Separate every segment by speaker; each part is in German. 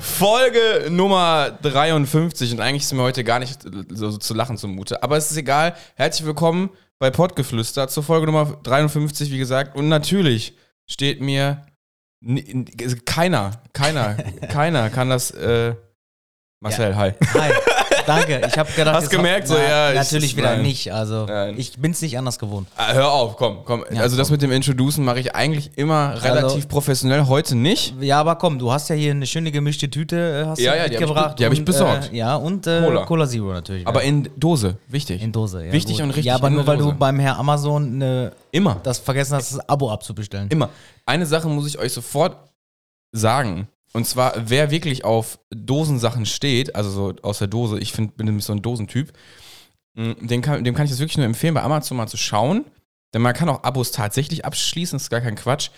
Speaker 1: Folge Nummer 53 und eigentlich ist mir heute gar nicht so, so zu lachen zumute, aber es ist egal. Herzlich willkommen bei Pottgeflüster zur Folge Nummer 53, wie gesagt. Und natürlich steht mir n- n- also keiner, keiner, keiner kann das. Äh, Marcel, hi.
Speaker 2: Hi, danke. Ich habe gedacht,
Speaker 1: Hast
Speaker 2: jetzt
Speaker 1: gemerkt, so,
Speaker 2: na,
Speaker 1: ja, ich-
Speaker 2: Natürlich wieder
Speaker 1: nein.
Speaker 2: nicht. Also
Speaker 1: Nein.
Speaker 2: ich bin's nicht anders gewohnt.
Speaker 1: Ah, Hör auf, komm, komm.
Speaker 2: Ja,
Speaker 1: also das
Speaker 2: komm.
Speaker 1: mit dem Introducen mache ich eigentlich immer
Speaker 2: Hallo.
Speaker 1: relativ professionell, heute nicht.
Speaker 2: Ja, aber komm, du hast ja hier eine schöne gemischte Tüte, äh, hast
Speaker 1: Ja,
Speaker 2: du
Speaker 1: ja, die hab ich
Speaker 2: mitgebracht.
Speaker 1: be- die hab ich
Speaker 2: und,
Speaker 1: besorgt.
Speaker 2: Äh, ja, und äh,
Speaker 1: Cola.
Speaker 2: Cola. Zero natürlich.
Speaker 1: Aber
Speaker 2: ja.
Speaker 1: in Dose, wichtig.
Speaker 2: in Dose, ja.
Speaker 1: wichtig
Speaker 2: gut.
Speaker 1: und richtig
Speaker 2: Ja, aber
Speaker 1: in
Speaker 2: nur
Speaker 1: der
Speaker 2: weil
Speaker 1: Dose.
Speaker 2: du beim Herr Amazon äh,
Speaker 1: Immer,
Speaker 2: das vergessen hast, das Abo abzubestellen.
Speaker 1: immer. Eine Sache muss ich euch sofort sagen. Und zwar, wer wirklich auf Dosensachen steht, also so aus der Dose, ich find, bin nämlich so ein Dosentyp, mm, dem kann, dem kann ich das wirklich nur empfehlen, bei Amazon mal zu schauen. Denn man kann auch Abos tatsächlich abschließen, ist gar kein Quatsch.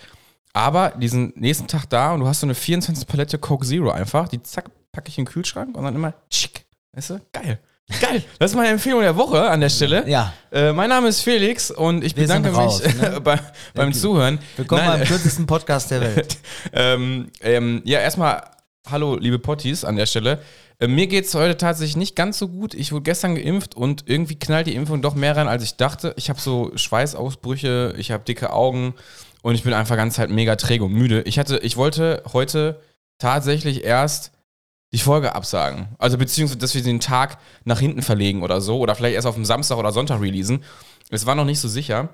Speaker 1: Aber diesen nächsten Tag da und du hast so eine 24 Palette Coke Zero einfach, die zack, packe ich in den Kühlschrank und dann immer tschick. Weißt du? Geil. Geil. Das ist meine Empfehlung der Woche an der Stelle.
Speaker 2: Ja,
Speaker 1: Äh, mein Name ist Felix und ich
Speaker 2: Wir sind
Speaker 1: bedanke mich
Speaker 2: raus, ne?
Speaker 1: bei, beim
Speaker 2: you.
Speaker 1: Zuhören.
Speaker 2: willkommen
Speaker 1: Nein,
Speaker 2: beim kürzesten Podcast der Welt.
Speaker 1: ähm, ähm, ja, erstmal hallo, liebe Potties an der Stelle. Äh, mir geht es heute tatsächlich nicht ganz so gut. Ich wurde gestern geimpft und irgendwie knallt die Impfung doch mehr rein, als ich dachte. Ich habe so Schweißausbrüche, ich habe dicke Augen und ich bin einfach ganz halt mega träge und müde. Ich hatte, ich wollte heute tatsächlich erst die Folge absagen. Also beziehungsweise, dass wir den Tag nach hinten verlegen oder so. Oder vielleicht erst auf dem Samstag oder Sonntag releasen. Es war noch nicht so sicher.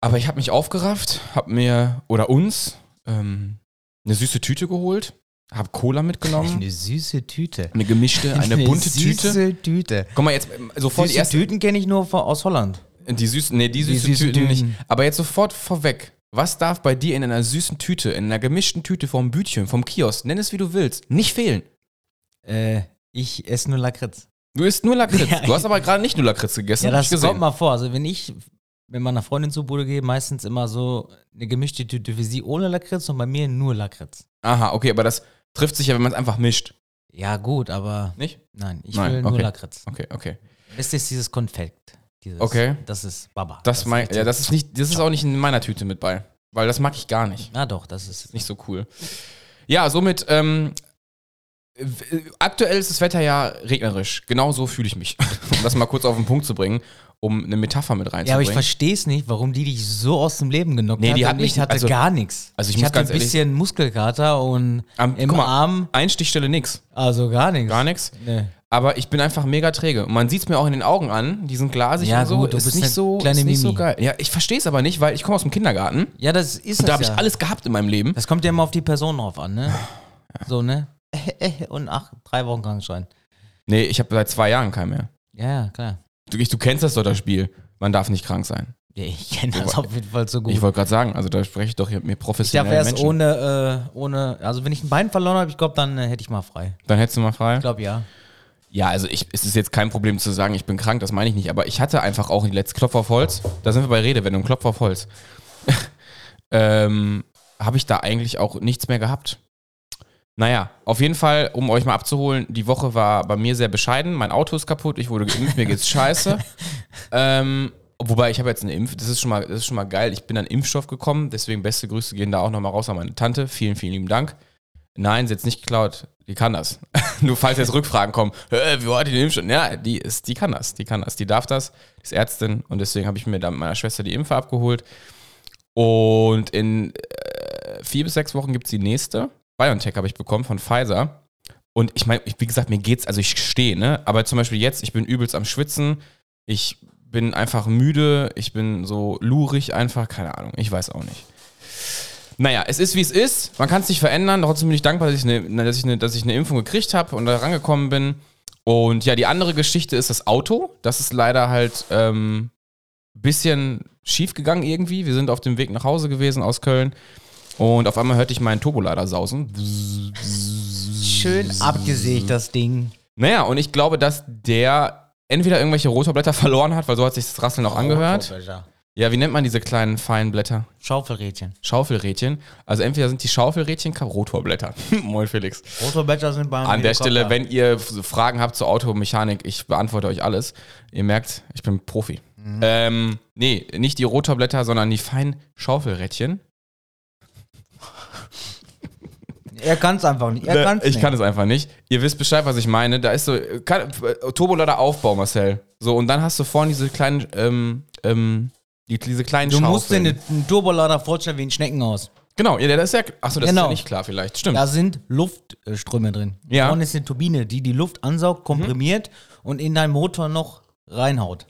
Speaker 1: Aber ich habe mich aufgerafft, habe mir oder uns ähm, eine süße Tüte geholt, habe Cola mitgenommen,
Speaker 2: Eine süße Tüte.
Speaker 1: eine gemischte, eine bunte Tüte.
Speaker 2: Süße Tüte.
Speaker 1: Guck mal, jetzt ähm, sofort die
Speaker 2: süße
Speaker 1: erste.
Speaker 2: Tüten kenne ich nur von, aus Holland.
Speaker 1: Die süßen, nee, die
Speaker 2: Die
Speaker 1: süße
Speaker 2: süßen
Speaker 1: Tüte nicht.
Speaker 2: Tüten.
Speaker 1: Aber jetzt sofort vorweg. Was darf bei dir in einer süßen Tüte, in einer gemischten Tüte vom Bütchen, vom Kiosk, nenn es wie du willst, nicht fehlen?
Speaker 2: Äh, ich esse nur Lakritz.
Speaker 1: Du isst nur Lakritz.
Speaker 2: Ja.
Speaker 1: Du hast aber gerade nicht nur Lakritz gegessen.
Speaker 2: Ja,
Speaker 1: hab
Speaker 2: das
Speaker 1: ich gesehen.
Speaker 2: kommt mal vor. Also wenn ich mit meiner Freundin zu Bude gehe, meistens immer so eine gemischte Tüte für sie ohne Lakritz und bei mir nur Lakritz.
Speaker 1: Aha, okay, aber das trifft sich ja, wenn man es einfach mischt.
Speaker 2: Ja gut, aber
Speaker 1: Nicht?
Speaker 2: nein, ich
Speaker 1: Nein,
Speaker 2: will nur
Speaker 1: okay.
Speaker 2: Lakritz.
Speaker 1: Okay, okay.
Speaker 2: Das ist dieses Konfekt. Dieses,
Speaker 1: Okay.
Speaker 2: Das ist Baba.
Speaker 1: Das,
Speaker 2: ist
Speaker 1: mein,
Speaker 2: richtig-
Speaker 1: ja, das ist nicht, das ist auch nicht in meiner Tüte mit bei. Weil das mag ich gar nicht.
Speaker 2: Na doch, das ist
Speaker 1: Nicht so cool. Ja, somit, ähm, w- aktuell ist das Wetter ja regnerisch. Genau so fühle ich mich. um das mal kurz auf den Punkt zu bringen, um eine Metapher mit
Speaker 2: Ja, aber ich
Speaker 1: reinzubringen.
Speaker 2: verstehe es nicht, warum die dich so aus dem Leben genockt
Speaker 1: Nee,
Speaker 2: hat.
Speaker 1: die hat
Speaker 2: und
Speaker 1: mich-
Speaker 2: ich hatte
Speaker 1: also-
Speaker 2: gar nichts.
Speaker 1: also ich
Speaker 2: ich
Speaker 1: muss
Speaker 2: hatte ein
Speaker 1: ganz ehrlich-
Speaker 2: bisschen Muskelkater und
Speaker 1: Am-
Speaker 2: im
Speaker 1: guck mal.
Speaker 2: Arm,
Speaker 1: Einstichstelle nix.
Speaker 2: also gar nichts.
Speaker 1: Gar nichts.
Speaker 2: Nee.
Speaker 1: Aber ich bin einfach mega träge. Und man sieht es mir auch in den Augen an. Die sind glasig
Speaker 2: Ja,
Speaker 1: und so.
Speaker 2: gut, du
Speaker 1: ist
Speaker 2: bist
Speaker 1: nicht
Speaker 2: eine
Speaker 1: so,
Speaker 2: kleine
Speaker 1: ist nicht so
Speaker 2: Mimi.
Speaker 1: geil. Ja, ich verstehe es aber nicht, weil ich komme aus dem Kindergarten.
Speaker 2: Ja, das
Speaker 1: Und
Speaker 2: ist das
Speaker 1: da habe ich
Speaker 2: ja.
Speaker 1: alles gehabt in meinem Leben.
Speaker 2: Das kommt ja immer auf die Person drauf an, ne? So, ne? Und ach, drei Wochen Krankenschein.
Speaker 1: Nee, ich habe seit zwei Jahren keinen mehr.
Speaker 2: Ja, ja, klar.
Speaker 1: Du, ich, du kennst das doch, das Spiel. Man darf nicht krank sein.
Speaker 2: Ja, ich kenne das auf jeden Fall so gut.
Speaker 1: Ich
Speaker 2: Ich,
Speaker 1: wollte gerade sagen, also da spreche ich doch hier mit
Speaker 2: darf
Speaker 1: professionellen
Speaker 2: erst
Speaker 1: Menschen.
Speaker 2: ohne, äh, ohne, also wenn ich ein Bein verloren habe, ich glaube, dann äh, hätte ich mal frei.
Speaker 1: Dann hättest du mal frei.
Speaker 2: Ich glaube, ja.
Speaker 1: Ja, also ich, es ist jetzt kein Problem zu sagen, ich bin krank, das meine ich nicht. Aber ich hatte einfach auch die letzte Klopf auf Holz. Da sind wir bei Redewendung, Klopf auf Holz. ähm, Habe ich da eigentlich auch nichts mehr gehabt. Naja, auf jeden Fall, um euch mal abzuholen, die Woche war bei mir sehr bescheiden. Mein Auto ist kaputt, ich wurde geimpft, mir geht's scheiße. ähm, wobei, ich habe jetzt eine Impf, das ist, schon mal, das ist schon mal geil. Ich bin an Impfstoff gekommen, deswegen beste Grüße gehen da auch nochmal raus an meine Tante. Vielen, vielen lieben Dank. Nein, sie hat nicht geklaut. Die kann das. Nur falls jetzt Rückfragen kommen, äh, wie war die Impfstoff? Ja, die ist, die kann das, die kann das, die darf das, die ist Ärztin und deswegen habe ich mir da mit meiner Schwester die Impfe abgeholt. Und in äh, vier bis sechs Wochen gibt es die nächste. BioNTech habe ich bekommen von Pfizer. Und ich meine, ich, wie gesagt, mir geht's, also ich stehe, ne? Aber zum Beispiel jetzt, ich bin übelst am Schwitzen, ich bin einfach müde, ich bin so lurig einfach, keine Ahnung, ich weiß auch nicht. Naja, es ist wie es ist, man kann es nicht verändern, trotzdem bin ich dankbar, dass ich eine, dass ich eine, dass ich eine Impfung gekriegt habe und da rangekommen bin. Und ja, die andere Geschichte ist das Auto. Das ist leider halt ähm, bisschen schief gegangen irgendwie. Wir sind auf dem Weg nach Hause gewesen aus Köln und auf einmal hörte ich meinen Turbolader sausen.
Speaker 2: Schön
Speaker 1: Hm.
Speaker 2: abgesägt, das Ding.
Speaker 1: Naja, und ich glaube, dass der entweder irgendwelche Rotorblätter verloren hat, weil so hat sich das Rasseln auch angehört. Ja, wie nennt man diese kleinen feinen Blätter?
Speaker 2: Schaufelrädchen.
Speaker 1: Schaufelrädchen. Also entweder sind die Schaufelrädchen ka- Rotorblätter. Moin Felix.
Speaker 2: Rotorblätter sind bei
Speaker 1: An der Stelle, wenn ihr F- Fragen habt zur Automechanik, ich beantworte euch alles. Ihr merkt, ich bin Profi.
Speaker 2: Mhm.
Speaker 1: Ähm, nee, nicht die Rotorblätter, sondern die feinen Schaufelrädchen.
Speaker 2: Er kann es einfach nicht. Er
Speaker 1: Ne,
Speaker 2: kann's
Speaker 1: ich
Speaker 2: nicht.
Speaker 1: kann es einfach nicht. Ihr wisst Bescheid, was ich meine. Da ist so äh, kann, äh, Turbolader Aufbau, Marcel. So, und dann hast du vorne diese kleinen, ähm, ähm, die, diese kleinen
Speaker 2: du musst dir
Speaker 1: Schaufeln.
Speaker 2: einen einen Turbolader vorstellen wie ein Schneckenhaus.
Speaker 1: Genau, ja, das ist ja, achso, das ist
Speaker 2: Genau.
Speaker 1: ja nicht klar vielleicht. Stimmt.
Speaker 2: Da sind Luftströme drin.
Speaker 1: Ja. Mhm.
Speaker 2: Vorne ist eine Turbine, die die Luft ansaugt, komprimiert und in deinen Motor noch reinhaut.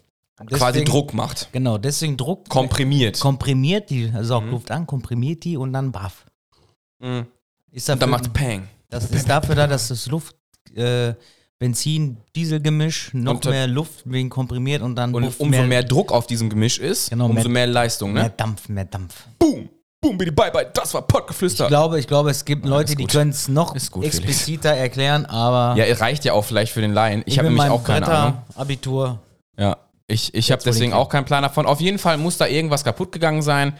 Speaker 1: Quasi
Speaker 2: Deswegen-
Speaker 1: Druck macht.
Speaker 2: Genau, deswegen Druck.
Speaker 1: Komprimiert.
Speaker 2: komprimiert die, äh, saugt Luft an, komprimiert die und dann baff.
Speaker 1: Mhm.
Speaker 2: Ist dafür,
Speaker 1: Dann macht Pang.
Speaker 2: das ist dafür da, dass das Luft, äh, Benzin, Dieselgemisch noch
Speaker 1: Und dann-
Speaker 2: mehr Luft wegen komprimiert und dann
Speaker 1: Und
Speaker 2: puff,
Speaker 1: umso mehr, Druck auf diesem Gemisch ist,
Speaker 2: Genau,
Speaker 1: umso mehr
Speaker 2: mehr-
Speaker 1: Leistung, ne?
Speaker 2: mehr Dampf, mehr Dampf.
Speaker 1: Boom! Boom, bidi, bye, bye, das war
Speaker 2: Ich
Speaker 1: Pottgeflüster.
Speaker 2: glaube, ich glaube, es gibt Leute,
Speaker 1: ist
Speaker 2: die
Speaker 1: gut.
Speaker 2: können es noch
Speaker 1: Ist gut, Felix.
Speaker 2: expliziter erklären, aber
Speaker 1: Ja, es reicht ja auch vielleicht für den Laien. Ich habe
Speaker 2: mit
Speaker 1: nämlich
Speaker 2: meinem
Speaker 1: auch keine
Speaker 2: Bretter,
Speaker 1: Ahnung.
Speaker 2: Abitur.
Speaker 1: Ja, ich, ich habe
Speaker 2: wurde
Speaker 1: deswegen
Speaker 2: klar.
Speaker 1: auch keinen Plan davon. Auf jeden Fall muss da irgendwas kaputt gegangen sein.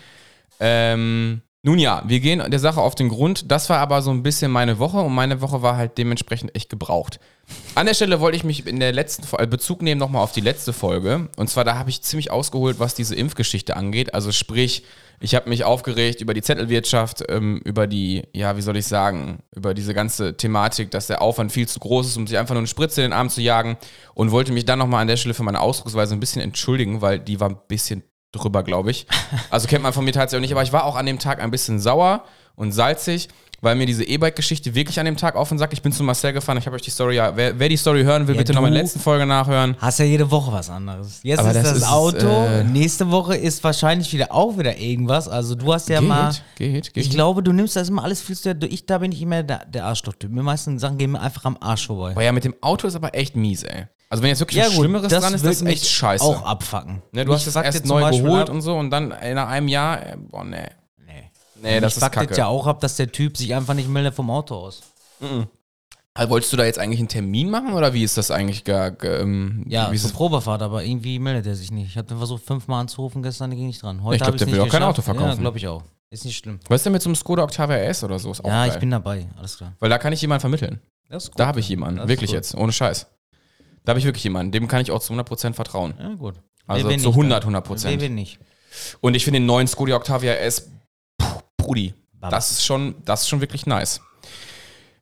Speaker 1: Ähm, nun ja, wir gehen der Sache auf den Grund. Das war aber so ein bisschen meine Woche und meine Woche war halt dementsprechend echt gebraucht. An der Stelle wollte ich mich in der letzten Fol- äh, Bezug nehmen nochmal auf die letzte Folge. Und zwar, da habe ich ziemlich ausgeholt, was diese Impfgeschichte angeht. Also sprich, ich habe mich aufgeregt über die Zettelwirtschaft, ähm, über die, ja, wie soll ich sagen, über diese ganze Thematik, dass der Aufwand viel zu groß ist, um sich einfach nur eine Spritze in den Arm zu jagen. Und wollte mich dann nochmal an der Stelle für meine Ausdrucksweise ein bisschen entschuldigen, weil die war ein bisschen drüber, glaube ich. Also kennt man von mir tatsächlich auch nicht, aber ich war auch an dem Tag ein bisschen sauer und salzig, weil mir diese E-Bike-Geschichte wirklich an dem Tag auf den Sack. Ich bin zu Marcel gefahren, ich habe euch die Story ja. Wer, wer die Story hören will,
Speaker 2: Ja,
Speaker 1: bitte nochmal in
Speaker 2: du-
Speaker 1: der letzten Folge nachhören.
Speaker 2: Hast ja jede Woche was anderes. Jetzt
Speaker 1: Aber
Speaker 2: ist
Speaker 1: das
Speaker 2: das,
Speaker 1: ist,
Speaker 2: Auto,
Speaker 1: äh,
Speaker 2: nächste Woche ist wahrscheinlich wieder auch wieder irgendwas. Also du hast ja mal.
Speaker 1: geht, geht.
Speaker 2: Ich glaube, du nimmst das immer alles viel zu. Ich, da bin ich immer der, der Arschloch-Typ. Mir meisten Sachen gehen mir einfach am Arsch vorbei.
Speaker 1: Boah, ja, mit dem Auto ist aber echt mies, ey. Also wenn jetzt wirklich was Schlimmeres dran ist,
Speaker 2: wird
Speaker 1: das ist echt
Speaker 2: mich
Speaker 1: scheiße.
Speaker 2: Auch abfacken.
Speaker 1: Ne, du
Speaker 2: Mich
Speaker 1: hast es
Speaker 2: fuckt
Speaker 1: erst
Speaker 2: jetzt
Speaker 1: neu
Speaker 2: zum Beispiel
Speaker 1: geholt
Speaker 2: ab-
Speaker 1: und so und dann in einem Jahr, äh, boah, nee.
Speaker 2: Nee.
Speaker 1: Nee, das
Speaker 2: Mich
Speaker 1: ist
Speaker 2: fuckt jetzt
Speaker 1: kacke.
Speaker 2: ja auch ab, dass der Typ sich einfach nicht meldet vom Auto aus.
Speaker 1: Also, wolltest du da jetzt eigentlich einen Termin machen oder wie ist das eigentlich? Gar, ge- ähm,
Speaker 2: Ja,
Speaker 1: wie ist
Speaker 2: zur
Speaker 1: das?
Speaker 2: Probefahrt, aber irgendwie meldet er sich nicht. Ich habe den versucht fünfmal anzurufen, gestern ging nicht dran. Heute
Speaker 1: Ich glaub,
Speaker 2: habe ich
Speaker 1: der
Speaker 2: nicht
Speaker 1: will auch kein
Speaker 2: geschafft.
Speaker 1: Auto verkaufen.
Speaker 2: Ja, glaube ich auch. Ist nicht schlimm.
Speaker 1: Was ist denn mit so einem Skoda Octavia S oder so? Ist auch
Speaker 2: ja,
Speaker 1: geil.
Speaker 2: ich bin dabei. Alles klar.
Speaker 1: Weil da kann ich jemanden vermitteln.
Speaker 2: Das ist gut.
Speaker 1: Da habe ich jemanden.
Speaker 2: Das ist
Speaker 1: wirklich
Speaker 2: gut.
Speaker 1: jetzt. Ohne Scheiß. Da habe ich wirklich jemanden. Dem kann ich auch zu 100% vertrauen.
Speaker 2: Ja, gut.
Speaker 1: Also
Speaker 2: Wer will
Speaker 1: zu
Speaker 2: nicht,
Speaker 1: 100,
Speaker 2: dann?
Speaker 1: 100%.
Speaker 2: Wer will nicht?
Speaker 1: Und ich finde den neuen Skoda Octavia S, puh, Brudi,
Speaker 2: Baba.
Speaker 1: das ist, schon, das ist schon wirklich nice.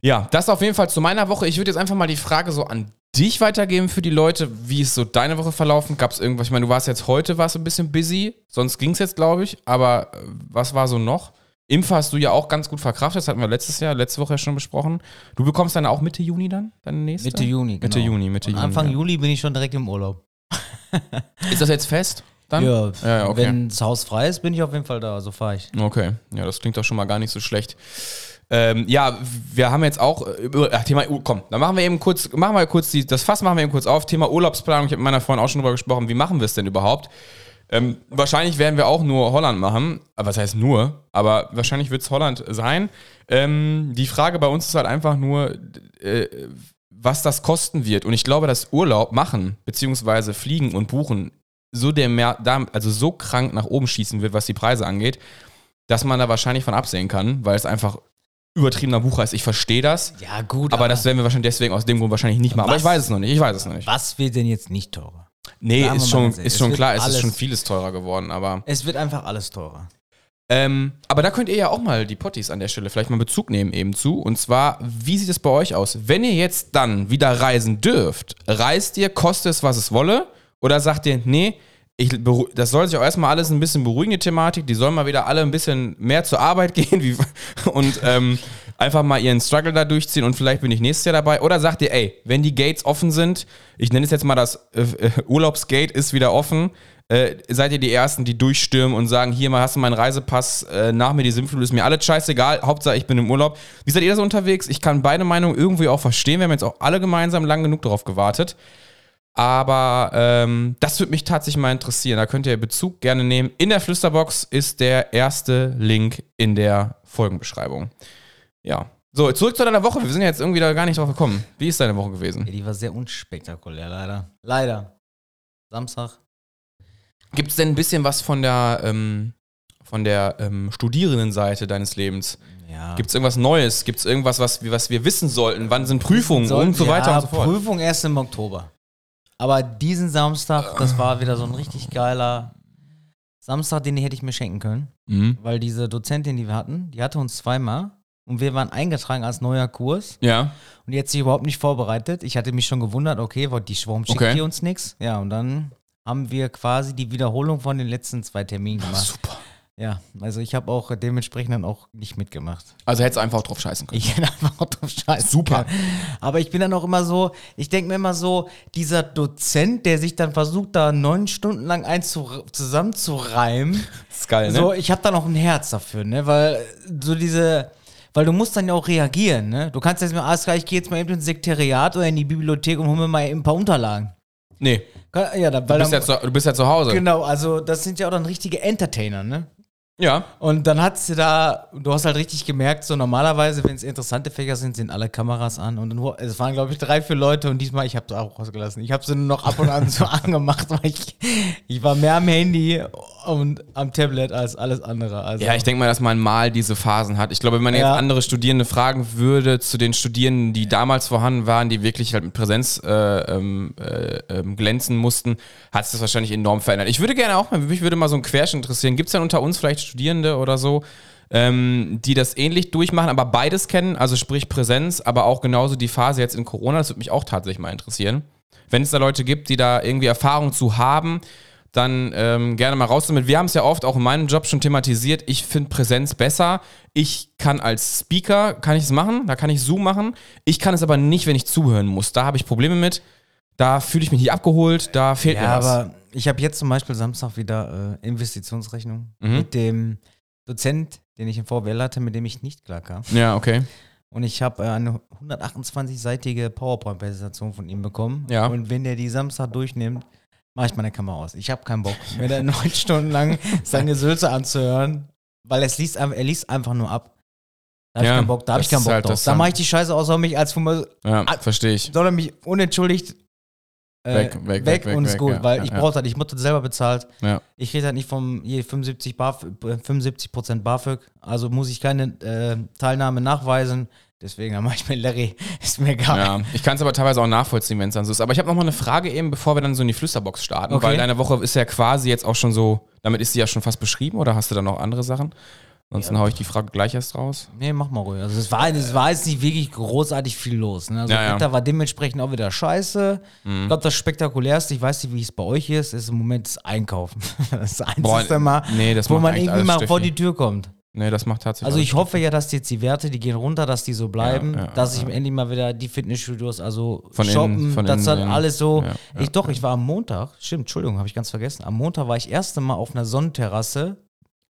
Speaker 1: Ja, das auf jeden Fall zu meiner Woche. Ich würde jetzt einfach mal die Frage so an dich weitergeben für die Leute. Wie ist so deine Woche verlaufen? Gab es irgendwas? Ich meine, du warst jetzt heute warst du ein bisschen busy. Sonst ging es jetzt, glaube ich. Aber äh, was war so noch? Impfe hast du ja auch ganz gut verkraftet. Das hatten wir letztes Jahr, letzte Woche ja schon besprochen. Du bekommst dann auch Mitte Juni dann? Deine nächste?
Speaker 2: Mitte Juni, genau.
Speaker 1: Mitte Juni, Mitte
Speaker 2: Und
Speaker 1: Juni.
Speaker 2: Anfang
Speaker 1: ja.
Speaker 2: Juli bin ich schon direkt im Urlaub.
Speaker 1: Ist das jetzt fest? Dann?
Speaker 2: Ja,
Speaker 1: ja okay.
Speaker 2: wenn das Haus frei ist, bin ich auf jeden Fall da. So fahre ich.
Speaker 1: Okay, ja, das klingt doch schon mal gar nicht so schlecht. Ähm, ja, wir haben jetzt auch äh, über ach, Thema U- komm, dann machen wir eben kurz, machen wir kurz die, das Fass machen wir eben kurz auf. Thema Urlaubsplanung, ich habe mit meiner Freundin auch schon drüber gesprochen, wie machen wir es denn überhaupt? Ähm, wahrscheinlich werden wir auch nur Holland machen, aber was heißt nur, aber wahrscheinlich wird es Holland sein. Ähm, die Frage bei uns ist halt einfach nur, äh, was das kosten wird. Und ich glaube, dass Urlaub machen, beziehungsweise fliegen und buchen, so der Mer da- also so krank nach oben schießen wird, was die Preise angeht, dass man da wahrscheinlich von absehen kann, weil es einfach übertriebener Bucher ist. Ich verstehe das,
Speaker 2: Ja, gut.
Speaker 1: aber das werden wir wahrscheinlich deswegen aus dem Grund wahrscheinlich nicht machen. Aber
Speaker 2: Was?
Speaker 1: ich weiß es noch nicht. Ich weiß es noch nicht.
Speaker 2: Was wird denn jetzt nicht teurer?
Speaker 1: Nee,
Speaker 2: Sagen wir
Speaker 1: ist
Speaker 2: mal
Speaker 1: schon,
Speaker 2: ganz ehrlich,
Speaker 1: ist schon
Speaker 2: es
Speaker 1: klar,
Speaker 2: wird
Speaker 1: es ist
Speaker 2: alles-
Speaker 1: schon vieles teurer geworden, aber.
Speaker 2: Es wird einfach alles teurer.
Speaker 1: Ähm, aber da könnt ihr ja auch mal die Potties an der Stelle vielleicht mal Bezug nehmen eben zu. Und zwar, wie sieht es bei euch aus? Wenn ihr jetzt dann wieder reisen dürft, reist ihr, koste es, was es wolle? Oder sagt ihr, nee, ich, beru- das soll sich auch erstmal alles ein bisschen beruhigen, die Thematik. Die sollen mal wieder alle ein bisschen mehr zur Arbeit gehen wie, und ähm, einfach mal ihren Struggle da durchziehen und vielleicht bin ich nächstes Jahr dabei. Oder sagt ihr, ey, wenn die Gates offen sind, ich nenne es jetzt mal das äh, äh, Urlaubsgate ist wieder offen, äh, seid ihr die Ersten, die durchstürmen und sagen, hier mal hast du meinen Reisepass, äh, nach mir die Sinnflut, ist mir alles scheißegal, Hauptsache ich bin im Urlaub. Wie seid ihr da so unterwegs? Ich kann beide Meinungen irgendwie auch verstehen, wir haben jetzt auch alle gemeinsam lang genug darauf gewartet. Aber ähm, das würde mich tatsächlich mal interessieren. Da könnt ihr Bezug gerne nehmen. In der Flüsterbox ist der erste Link in der Folgenbeschreibung. Ja. So, zurück zu deiner Woche. Wir sind ja jetzt irgendwie da gar nicht drauf gekommen. Wie ist deine Woche gewesen?
Speaker 2: Ja, die war sehr unspektakulär, leider. Leider. Samstag.
Speaker 1: Gibt es denn ein bisschen was von der, ähm, von der ähm, Studierendenseite deines Lebens?
Speaker 2: Ja.
Speaker 1: Gibt es irgendwas Neues? Gibt es irgendwas, was, wir- was wir wissen sollten? Wann sind Prüfungen und so weiter
Speaker 2: ja,
Speaker 1: und so fort?
Speaker 2: Prüfung erst im Oktober. Aber diesen Samstag, das war wieder so ein richtig geiler Samstag, den hätte ich mir schenken können.
Speaker 1: Mhm.
Speaker 2: Weil diese Dozentin, die wir hatten, die hatte uns zweimal und wir waren eingetragen als neuer Kurs
Speaker 1: Ja.
Speaker 2: und die hat sich überhaupt nicht vorbereitet. Ich hatte mich schon gewundert, okay, wa- die warum schickt
Speaker 1: Okay.
Speaker 2: die uns nichts? Ja, und dann haben wir quasi die Wiederholung von den letzten zwei Terminen gemacht.
Speaker 1: Super.
Speaker 2: Ja, also ich habe auch dementsprechend dann auch nicht mitgemacht.
Speaker 1: Also hättest du einfach drauf scheißen können.
Speaker 2: Ich hätte einfach auch drauf scheißen
Speaker 1: Super.
Speaker 2: können. Aber ich bin dann auch immer so, ich denke mir immer so, dieser Dozent, der sich dann versucht, da neun Stunden lang eins zu, zusammenzureimen.
Speaker 1: Das ist geil, ne?
Speaker 2: So, ich habe da noch ein Herz dafür, ne? Weil so diese, weil du musst dann ja auch reagieren, ne? Du kannst jetzt mal, alles klar, ich gehe jetzt mal eben ins Sekretariat oder in die Bibliothek und hol mir mal eben ein paar Unterlagen.
Speaker 1: Nee,
Speaker 2: Ka- Ja, da,
Speaker 1: du
Speaker 2: weil
Speaker 1: bist, ja
Speaker 2: dann,
Speaker 1: zu, du bist ja zu Hause.
Speaker 2: genau, also das sind ja auch dann richtige Entertainer, ne?
Speaker 1: Ja.
Speaker 2: Und dann hat sie da, du hast halt richtig gemerkt, so normalerweise, wenn es interessante Fächer sind, sind alle Kameras an. Und dann, hu- es waren, glaube ich, drei, vier Leute und diesmal, ich habe sie auch rausgelassen. Ich habe sie nur noch ab und an so angemacht, weil ich, ich war mehr am Handy und am Tablet als alles andere. Also,
Speaker 1: Ja, ich denke mal, dass man mal diese Phasen hat. Ich glaube, wenn man jetzt
Speaker 2: Ja.
Speaker 1: andere Studierende fragen würde zu den Studierenden, die damals vorhanden waren, die wirklich halt mit Präsenz äh, ähm, äh, ähm, glänzen mussten, hat sich das wahrscheinlich enorm verändert. Ich würde gerne auch mal, mich würde mal so ein Querschnitt interessieren. Gibt es denn unter uns vielleicht Studierende oder so, ähm, die das ähnlich durchmachen, aber beides kennen, also sprich Präsenz, aber auch genauso die Phase jetzt in Corona, das würde mich auch tatsächlich mal interessieren. Wenn es da Leute gibt, die da irgendwie Erfahrung zu haben, dann ähm, gerne mal raus damit. Wir haben es ja oft auch in meinem Job schon thematisiert. Ich finde Präsenz besser. Ich kann als Speaker, kann ich es machen, da kann ich Zoom machen. Ich kann es aber nicht, wenn ich zuhören muss. Da habe ich Probleme mit. Da fühle ich mich nicht abgeholt, da fehlt
Speaker 2: Ja,
Speaker 1: mir was.
Speaker 2: aber ich habe jetzt zum Beispiel Samstag wieder äh, Investitionsrechnung
Speaker 1: Mhm.
Speaker 2: mit dem Dozent, den ich in VWL hatte, mit dem ich nicht klar kam.
Speaker 1: ja, okay.
Speaker 2: Und ich habe äh, eine 128-seitige PowerPoint-Präsentation von ihm bekommen.
Speaker 1: Ja.
Speaker 2: Und wenn der die Samstag durchnimmt, mache ich meine Kamera aus. Ich habe keinen Bock, mir da neun Stunden lang sein Gesülze anzuhören, weil es liest, einfach- er liest einfach nur ab. Da habe
Speaker 1: Ja,
Speaker 2: ich keinen Bock, da habe ich
Speaker 1: das
Speaker 2: keinen
Speaker 1: ist
Speaker 2: Bock
Speaker 1: halt
Speaker 2: drauf.
Speaker 1: das
Speaker 2: Da
Speaker 1: dann-
Speaker 2: mache ich die Scheiße aus, soll mich als Fummer
Speaker 1: Ja,
Speaker 2: Ah,
Speaker 1: verstehe ich.
Speaker 2: soll er mich unentschuldigt äh,
Speaker 1: Weg, weg, weg, weg,
Speaker 2: und ist
Speaker 1: weg,
Speaker 2: gut,
Speaker 1: ja,
Speaker 2: weil
Speaker 1: ja,
Speaker 2: ich
Speaker 1: ja.
Speaker 2: brauche das, ich wurde selber bezahlt.
Speaker 1: Ja.
Speaker 2: Ich rede halt nicht vom je 75 Baf, äh, 75% BAföG, also muss ich keine äh, Teilnahme nachweisen. Deswegen mache ich mir Larry, ist mir egal.
Speaker 1: Ja, ich kann es aber teilweise auch nachvollziehen, wenn es dann so ist. Aber ich habe noch mal eine Frage eben, bevor wir dann so in die Flüsterbox starten,
Speaker 2: Okay.
Speaker 1: weil deine Woche ist ja quasi jetzt auch schon so, damit ist sie ja schon fast beschrieben oder hast du da noch andere Sachen? Ansonsten hau haue ich die Frage gleich erst raus.
Speaker 2: Nee, mach mal ruhig. Also es war, es war jetzt nicht wirklich großartig viel los. Ne? Also
Speaker 1: Ja, Mhm. ja.
Speaker 2: Wetter war dementsprechend auch wieder scheiße. Ich glaube, das spektakulärste, ich weiß nicht, wie es bei euch ist, ist im Moment das Einkaufen. Das einzige
Speaker 1: Boah,
Speaker 2: Mal,
Speaker 1: nee, das
Speaker 2: wo
Speaker 1: macht
Speaker 2: man
Speaker 1: eigentlich
Speaker 2: irgendwie
Speaker 1: alles
Speaker 2: mal vor
Speaker 1: Steffi.
Speaker 2: die Tür kommt.
Speaker 1: Nee, das macht tatsächlich.
Speaker 2: Also ich hoffe ja, dass jetzt die Werte, die gehen runter, dass die so bleiben,
Speaker 1: Ja, ja,
Speaker 2: dass ich endlich mal wieder die Fitnessstudios, also
Speaker 1: Von innen,
Speaker 2: shoppen,
Speaker 1: von
Speaker 2: das
Speaker 1: innen,
Speaker 2: dann
Speaker 1: innen.
Speaker 2: alles so.
Speaker 1: Ja,
Speaker 2: ich doch, ich war am Montag, stimmt, Entschuldigung, habe ich ganz vergessen. Am Montag war ich erste Mal auf einer Sonnenterrasse,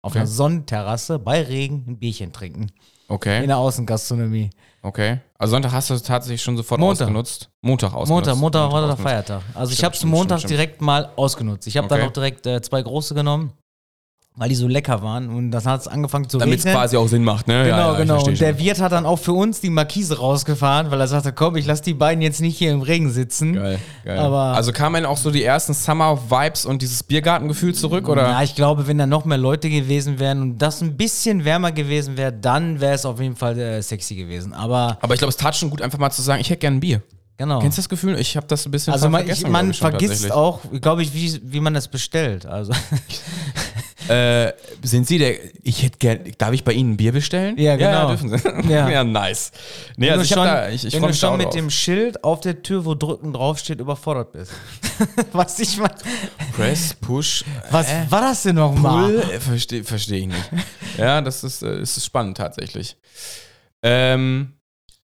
Speaker 2: auf
Speaker 1: Okay.
Speaker 2: einer Sonnenterrasse bei Regen ein Bierchen trinken in
Speaker 1: Okay,
Speaker 2: der Außengastronomie.
Speaker 1: okay. Also Sonntag hast du es tatsächlich schon sofort
Speaker 2: Montag.
Speaker 1: ausgenutzt. Montag ausgenutzt.
Speaker 2: Montag, Montag war der
Speaker 1: ausgenutzt.
Speaker 2: Feiertag. Also ich
Speaker 1: Stimmt,
Speaker 2: habe es
Speaker 1: stimmt,
Speaker 2: Montag
Speaker 1: stimmt, stimmt.
Speaker 2: direkt mal ausgenutzt. Ich habe
Speaker 1: Okay.
Speaker 2: dann auch direkt äh, zwei große genommen, weil die so lecker waren und dann hat es angefangen zu
Speaker 1: Damit es
Speaker 2: regnen.
Speaker 1: quasi auch Sinn macht, ne?
Speaker 2: Genau,
Speaker 1: Ja, ja, ich
Speaker 2: genau.
Speaker 1: versteh
Speaker 2: Und der
Speaker 1: schon.
Speaker 2: Wirt hat dann auch für uns die Markise rausgefahren, weil er sagte, komm, ich lasse die beiden jetzt nicht hier im Regen sitzen.
Speaker 1: Geil, geil.
Speaker 2: Aber-
Speaker 1: also kamen dann auch so die ersten Summer-Vibes und dieses Biergartengefühl zurück, oder?
Speaker 2: Ja, ich glaube, wenn da noch mehr Leute gewesen wären und das ein bisschen wärmer gewesen wäre, dann wäre es auf jeden Fall äh, sexy gewesen. Aber
Speaker 1: Aber ich glaube, es tat schon gut, einfach mal zu sagen, ich hätte gern ein Bier.
Speaker 2: genau.
Speaker 1: Kennst du das Gefühl? Ich habe das ein bisschen
Speaker 2: also
Speaker 1: ver-
Speaker 2: man, ich,
Speaker 1: vergessen, glaub
Speaker 2: man
Speaker 1: ich, schon
Speaker 2: vergisst
Speaker 1: tatsächlich.
Speaker 2: auch, glaube ich, wie, wie man das bestellt. Also
Speaker 1: Äh, sind Sie der, ich hätte gern, darf ich bei Ihnen ein Bier bestellen?
Speaker 2: Ja, genau.
Speaker 1: dürfen Sie.
Speaker 2: Ja.
Speaker 1: nice. Nee,
Speaker 2: wenn
Speaker 1: also
Speaker 2: du
Speaker 1: ich, hab
Speaker 2: schon,
Speaker 1: da, ich, ich
Speaker 2: wenn
Speaker 1: freu
Speaker 2: du
Speaker 1: mich da
Speaker 2: schon
Speaker 1: auch
Speaker 2: mit
Speaker 1: drauf.
Speaker 2: dem Schild auf der Tür, wo drücken draufsteht, überfordert bist. Was ich mal,
Speaker 1: Press, Push,
Speaker 2: was war das denn
Speaker 1: Pull,
Speaker 2: nochmal?
Speaker 1: äh, verstehe versteh ich nicht. ja, das ist, äh, es ist spannend tatsächlich. Ähm,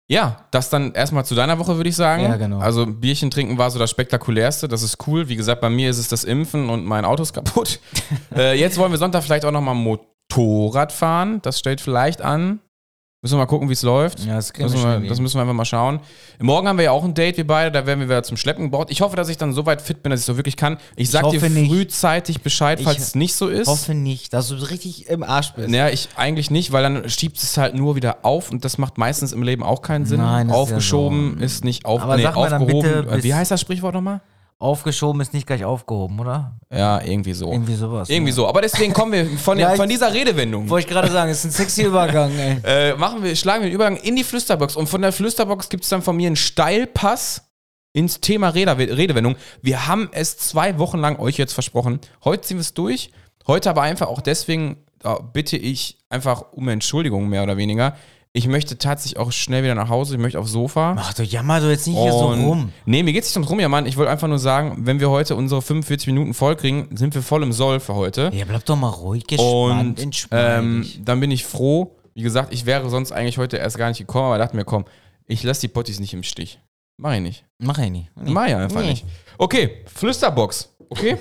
Speaker 1: ja, das dann erstmal zu deiner Woche, würde ich sagen.
Speaker 2: Ja, genau.
Speaker 1: Also Bierchen trinken war so das Spektakulärste, das ist cool. Wie gesagt, bei mir ist es das Impfen und mein Auto ist kaputt. äh, jetzt wollen wir Sonntag vielleicht auch nochmal Motorrad fahren. Das steht vielleicht an. Müssen wir mal gucken, wie es läuft.
Speaker 2: Ja, das, kriegen
Speaker 1: Das
Speaker 2: wir
Speaker 1: müssen,
Speaker 2: schon
Speaker 1: wir,
Speaker 2: irgendwie.
Speaker 1: das müssen wir einfach mal schauen. Morgen haben wir ja auch ein Date, wir beide. Da werden wir wieder zum Schleppen gebraucht. Ich hoffe, dass ich dann so weit fit bin, dass ich so wirklich kann. Ich sag dir
Speaker 2: hoffe nicht.
Speaker 1: frühzeitig Bescheid,
Speaker 2: Ich
Speaker 1: falls es nicht so ist.
Speaker 2: hoffe nicht, dass du richtig im Arsch bist.
Speaker 1: Naja, ich eigentlich nicht, weil dann schiebt es halt nur wieder auf und das macht meistens im Leben auch keinen Sinn.
Speaker 2: Nein, das ist ja
Speaker 1: Aufgeschoben ist,
Speaker 2: so.
Speaker 1: nicht auf,
Speaker 2: Aber sag mal dann bitte,
Speaker 1: Äh,
Speaker 2: bis-
Speaker 1: Wie heißt das Sprichwort nochmal?
Speaker 2: Aufgeschoben ist nicht gleich aufgehoben, oder?
Speaker 1: Ja, irgendwie so. Oh, Irgendwie,
Speaker 2: Irgendwie sowas. ne?
Speaker 1: so. Aber deswegen kommen wir von,
Speaker 2: Ja,
Speaker 1: der,
Speaker 2: ich-
Speaker 1: von dieser Redewendung.
Speaker 2: Wollte ich gerade sagen, ist ein sexy Übergang, ey.
Speaker 1: Äh, machen wir, schlagen wir den Übergang in die Flüsterbox. Und von der Flüsterbox gibt es dann von mir einen Steilpass ins Thema Rede, Redewendung. Wir haben es zwei Wochen lang euch jetzt versprochen. Heute ziehen wir es durch. Heute aber einfach auch deswegen, da bitte ich einfach um Entschuldigung mehr oder weniger. Ich möchte tatsächlich auch schnell wieder nach Hause. Ich möchte aufs Sofa.
Speaker 2: Ach, du jammer du jetzt nicht hier so
Speaker 1: Und-
Speaker 2: rum.
Speaker 1: Nee, mir geht's nicht ums Rumjammern. Ich wollte einfach nur sagen, wenn wir heute unsere 45 Minuten vollkriegen, sind wir voll im Soll für heute.
Speaker 2: Ja, bleib doch mal ruhig, gespannt,
Speaker 1: Und ähm,
Speaker 2: entspannt.
Speaker 1: dann bin ich froh. Wie gesagt, ich wäre sonst eigentlich heute erst gar nicht gekommen, aber dachte mir, komm, ich lasse die Potties nicht im Stich. Mach ich nicht.
Speaker 2: Mach ich nicht. Nee.
Speaker 1: Mach ich einfach
Speaker 2: Nee.
Speaker 1: nicht. Okay, Flüsterbox. Okay.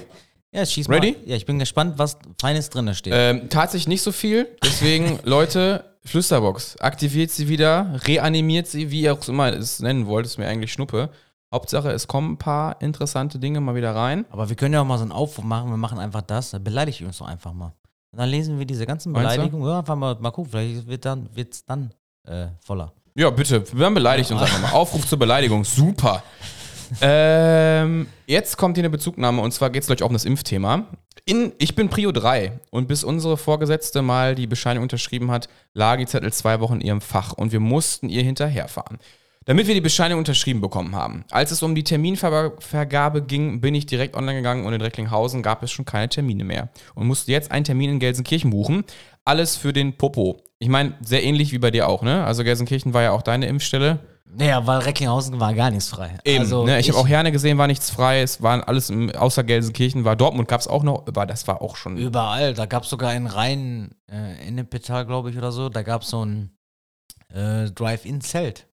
Speaker 2: Ja, schieß
Speaker 1: Ready?
Speaker 2: mal. Ja, ich bin gespannt, was Feines drin steht.
Speaker 1: ähm, tatsächlich nicht so viel. Deswegen, Leute, Flüsterbox. Aktiviert sie wieder, reanimiert sie, wie ihr auch immer es nennen wollt, ist mir eigentlich Schnuppe. Hauptsache, es kommen ein paar interessante Dinge mal wieder rein.
Speaker 2: Aber wir können ja auch mal so einen Aufruf machen. Wir machen einfach das. Dann beleidige ich uns doch einfach mal. Und dann lesen wir diese ganzen
Speaker 1: Meinst du?
Speaker 2: Beleidigungen. Ja, einfach mal, mal gucken. Vielleicht wird dann, wird's dann äh, voller.
Speaker 1: Ja, bitte. Dann beleidigt uns einfach mal. Aufruf zur Beleidigung. Super. ähm, jetzt kommt hier eine Bezugnahme und zwar geht es gleich auch um das Impfthema. In, ich bin Prio 3 und bis unsere Vorgesetzte mal die Bescheinigung unterschrieben hat, lagen die Zettel zwei Wochen in ihrem Fach und wir mussten ihr hinterherfahren. Damit wir die Bescheinigung unterschrieben bekommen haben. Als es um die Terminvergabe ging, bin ich direkt online gegangen und in Recklinghausen gab es schon keine Termine mehr und musste jetzt einen Termin in Gelsenkirchen buchen. Alles für den Popo. Ich meine, sehr ähnlich wie bei dir auch, ne? Also Gelsenkirchen war ja auch deine Impfstelle.
Speaker 2: Naja, weil Recklinghausen war gar nichts frei.
Speaker 1: Eben,
Speaker 2: also,
Speaker 1: ne? Ich, habe auch Herne gesehen, war nichts frei, es waren alles im, außer Gelsenkirchen, war Dortmund gab es auch noch, aber das war auch schon.
Speaker 2: Überall. Da gab es sogar in Rhein, äh, Ennepetal, glaube ich, oder so, da gab es so ein äh, Drive-In-Zelt.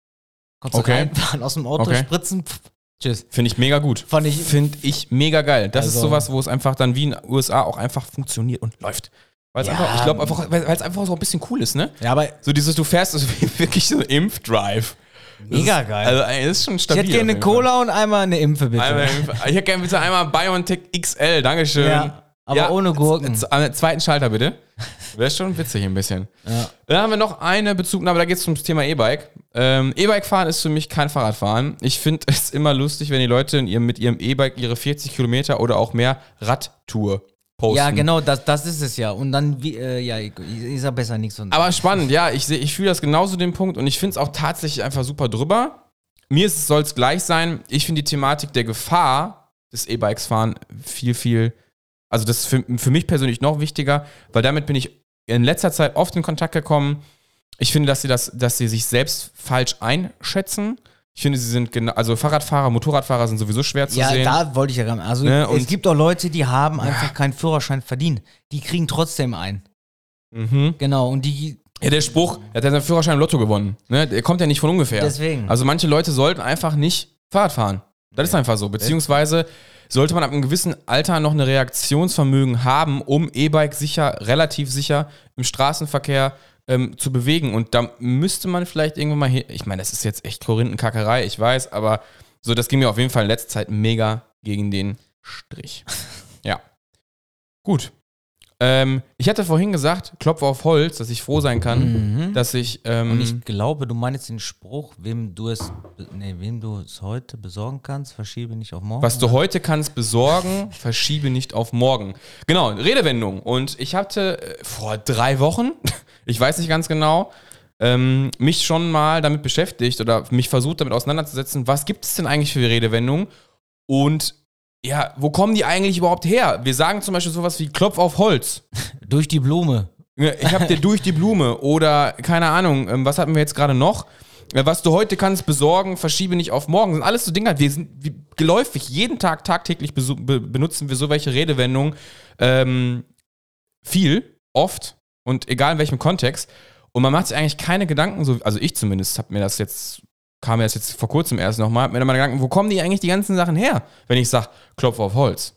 Speaker 2: Konntest
Speaker 1: Okay.
Speaker 2: du reinfahren, aus dem Auto
Speaker 1: Okay.
Speaker 2: spritzen. Pff, tschüss.
Speaker 1: Finde ich mega gut.
Speaker 2: Fand ich-
Speaker 1: Finde ich mega geil. Das ist
Speaker 2: Also-
Speaker 1: sowas, wo es einfach dann wie in den USA auch einfach funktioniert und läuft. Weil es
Speaker 2: Ja.
Speaker 1: einfach, ich glaube einfach, weil es einfach so ein bisschen cool ist, ne?
Speaker 2: Ja, aber
Speaker 1: So dieses, du fährst also wirklich so ein Impfdrive. Das
Speaker 2: mega
Speaker 1: ist,
Speaker 2: geil.
Speaker 1: Also ey, ist schon
Speaker 2: ich
Speaker 1: stabil.
Speaker 2: hätte gerne
Speaker 1: auf jeden
Speaker 2: eine Cola und einmal eine Impfe, bitte.
Speaker 1: Fall. Einmal, Impf- ich hätte gerne bitte einmal BioNTech XL, Dankeschön.
Speaker 2: Ja, aber ohne Gurken.
Speaker 1: z- Am zweiten Schalter bitte. Wäre schon witzig ein bisschen.
Speaker 2: Ja.
Speaker 1: Dann haben wir noch eine Bezugnahme, da geht es zum Thema E-Bike. Ähm, E-Bike fahren ist für mich kein Fahrradfahren. Ich finde es immer lustig, wenn die Leute in ihrem, mit ihrem E-Bike ihre 40 Kilometer oder auch mehr Radtour posten.
Speaker 2: Ja, genau, das, das ist es ja. Und dann, wie, äh, ja, ich, ich sag besser nichts. Und
Speaker 1: Aber spannend, ja, ich, seh- ich fühle das genauso den Punkt und ich finde es auch tatsächlich einfach super drüber. Mir soll es gleich sein. Ich finde die Thematik der Gefahr des E-Bikes fahren viel, viel, also das ist für, für mich persönlich noch wichtiger, weil damit bin ich in letzter Zeit oft in Kontakt gekommen. Ich finde, dass sie das, dass sie sich selbst falsch einschätzen. Ich finde, sie sind genau, also Fahrradfahrer, Motorradfahrer sind sowieso schwer zu
Speaker 2: ja,
Speaker 1: sehen.
Speaker 2: da wollte ich ja gar nicht. Also,
Speaker 1: Ne,
Speaker 2: es
Speaker 1: und-
Speaker 2: gibt auch Leute, die haben einfach keinen Führerschein verdient. Die kriegen trotzdem einen.
Speaker 1: Mhm.
Speaker 2: Genau, und die,
Speaker 1: Ja, der Spruch, er hat ja seinen Führerschein im Lotto gewonnen. Ne? Der kommt ja nicht von ungefähr.
Speaker 2: Deswegen.
Speaker 1: Also manche Leute sollten einfach nicht Fahrrad fahren. Das ist einfach so. Beziehungsweise sollte man ab einem gewissen Alter noch eine Reaktionsvermögen haben, um E-Bike sicher, relativ sicher im Straßenverkehr ähm, zu bewegen. Und da müsste man vielleicht irgendwann mal hin. Ich meine, das ist jetzt echt Korinthenkackerei, ich weiß, aber so, das ging mir auf jeden Fall in letzter Zeit mega gegen den Strich. ja. Gut. Ähm, ich hatte vorhin gesagt, klopfe auf Holz, dass ich froh sein kann,
Speaker 2: Mhm.
Speaker 1: dass ich. Ähm,
Speaker 2: und ich glaube, du meinst den Spruch, wem du es, be- nee, wem du es heute besorgen kannst, verschiebe nicht auf morgen.
Speaker 1: Was du heute kannst besorgen, verschiebe nicht auf morgen. Genau, Redewendung. Und ich hatte äh, vor drei Wochen, ich weiß nicht ganz genau, ähm, mich schon mal damit beschäftigt oder mich versucht damit auseinanderzusetzen, was gibt es denn eigentlich für Redewendungen und ja, wo kommen die eigentlich überhaupt her? Wir sagen zum Beispiel sowas wie Klopf auf Holz.
Speaker 2: Durch die Blume.
Speaker 1: Ich hab dir durch die Blume oder keine Ahnung, ähm, was hatten wir jetzt gerade noch? Äh, Was du heute kannst besorgen, verschiebe nicht auf morgen. Sind alles so Dinger. Wir sind wie geläufig, jeden Tag, tagtäglich besu- be benutzen wir so welche Redewendungen ähm, viel, oft und egal in welchem Kontext. Und man macht sich eigentlich keine Gedanken, so, also ich zumindest habe mir das jetzt, kam mir das jetzt vor kurzem erst nochmal, hab mir dann mal Gedanken, wo kommen die eigentlich die ganzen Sachen her, wenn ich sage, Klopf auf Holz.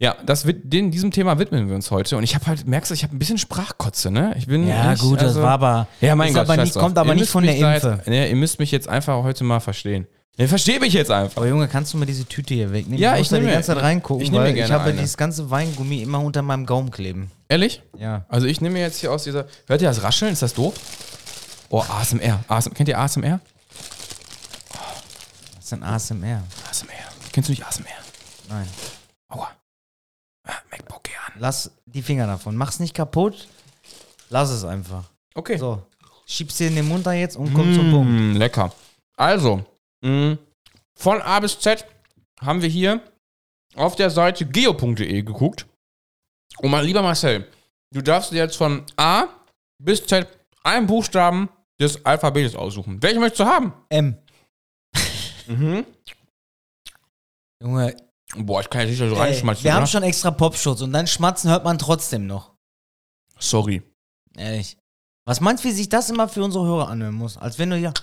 Speaker 1: Ja, das wird, den, diesem Thema widmen wir uns heute. Und ich habe halt, merkst du, ich habe ein bisschen Sprachkotze, ne? Ich bin
Speaker 2: Ja,
Speaker 1: ich,
Speaker 2: gut, das
Speaker 1: also-
Speaker 2: war aber.
Speaker 1: ja, mein
Speaker 2: ist
Speaker 1: Gott,
Speaker 2: aber
Speaker 1: scheiß
Speaker 2: nicht,
Speaker 1: drauf.
Speaker 2: kommt aber
Speaker 1: Ihr
Speaker 2: nicht
Speaker 1: müsst
Speaker 2: von der
Speaker 1: mich da jetzt-
Speaker 2: Impfe.
Speaker 1: Ne, ihr müsst mich jetzt einfach heute mal verstehen. Ihr versteht mich jetzt einfach.
Speaker 2: Aber Junge, kannst du mir diese Tüte hier wegnehmen?
Speaker 1: Ja, ich
Speaker 2: muss da
Speaker 1: nehme
Speaker 2: die
Speaker 1: mir-
Speaker 2: ganze Zeit reingucken,
Speaker 1: ich nehme mir
Speaker 2: weil ich
Speaker 1: gerne
Speaker 2: habe
Speaker 1: eine.
Speaker 2: dieses ganze Weingummi immer unter meinem Gaumen kleben.
Speaker 1: Ehrlich?
Speaker 2: Ja.
Speaker 1: Also ich nehme mir jetzt hier aus dieser. Hört ihr das Rascheln? Ist das doof? Oh, ASMR. ASMR. Kennt ihr ASMR?
Speaker 2: Das ist ein ASMR.
Speaker 1: ASMR. Kennst du nicht ASMR?
Speaker 2: Nein.
Speaker 1: Aua. Ah, MacBook geh an.
Speaker 2: Lass die Finger davon. Mach's nicht kaputt. Lass es einfach.
Speaker 1: Okay.
Speaker 2: So. Schieb's dir in den Mund da jetzt und komm zum Punkt.
Speaker 1: Mm, lecker. Also, mm, von A bis Z haben wir hier auf der Seite geo.de geguckt. Und mein lieber Marcel, du darfst dir jetzt von A bis Z einen Buchstaben des Alphabetes aussuchen. Welche möchtest du haben?
Speaker 2: M.
Speaker 1: Mhm.
Speaker 2: Junge,
Speaker 1: Boah, ich kann jetzt nicht so
Speaker 2: ey,
Speaker 1: reinschmeißen.
Speaker 2: wir haben
Speaker 1: ne?
Speaker 2: schon extra Popschutz und dann Schmatzen hört man trotzdem noch.
Speaker 1: Sorry.
Speaker 2: Ehrlich. Was meinst du, wie sich das immer für unsere Hörer anhören muss? Als wenn du hier.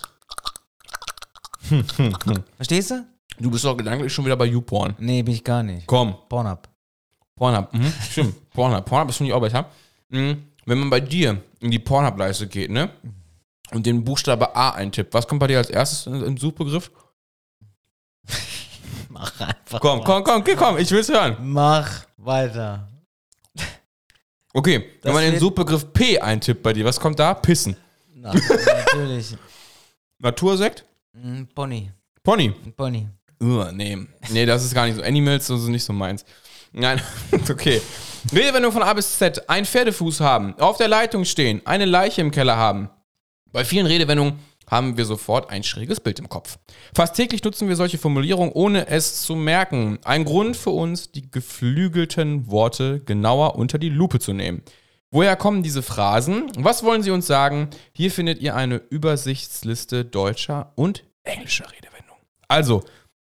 Speaker 2: Verstehst du?
Speaker 1: Du bist doch gedanklich schon wieder bei YouPorn.
Speaker 2: Nee, bin ich gar nicht.
Speaker 1: Komm,
Speaker 2: Pornhub.
Speaker 1: Pornhub. Mhm. Stimmt, Pornhub. Pornhub ist schon die Arbeit, ja? Mhm. Wenn man bei dir in die Pornhub-Leiste geht, ne? Und den Buchstabe A eintippt, was kommt bei dir als erstes in- im Suchbegriff?
Speaker 2: Mach einfach.
Speaker 1: Komm, komm, komm, komm, komm, ich will's hören.
Speaker 2: Mach weiter.
Speaker 1: Okay, wenn
Speaker 2: Das
Speaker 1: man den
Speaker 2: wird-
Speaker 1: Suchbegriff P eintippt bei dir, was kommt da? Pissen.
Speaker 2: Na, natürlich.
Speaker 1: Natursekt?
Speaker 2: Ein Pony.
Speaker 1: Pony.
Speaker 2: Ein Pony.
Speaker 1: Ugh, nee. Nee, das ist gar nicht so. Animals, das ist nicht so meins. Nein, okay. Redewendung von A bis Z. Ein Pferdefuß haben, auf der Leitung stehen, eine Leiche im Keller haben. Bei vielen Redewendungen haben wir sofort ein schräges Bild im Kopf. Fast täglich nutzen wir solche Formulierungen, ohne es zu merken. Ein Grund für uns, die geflügelten Worte genauer unter die Lupe zu nehmen. Woher kommen diese Phrasen? Was wollen sie uns sagen? Hier findet ihr eine Übersichtsliste deutscher und englischer Redewendungen. Also,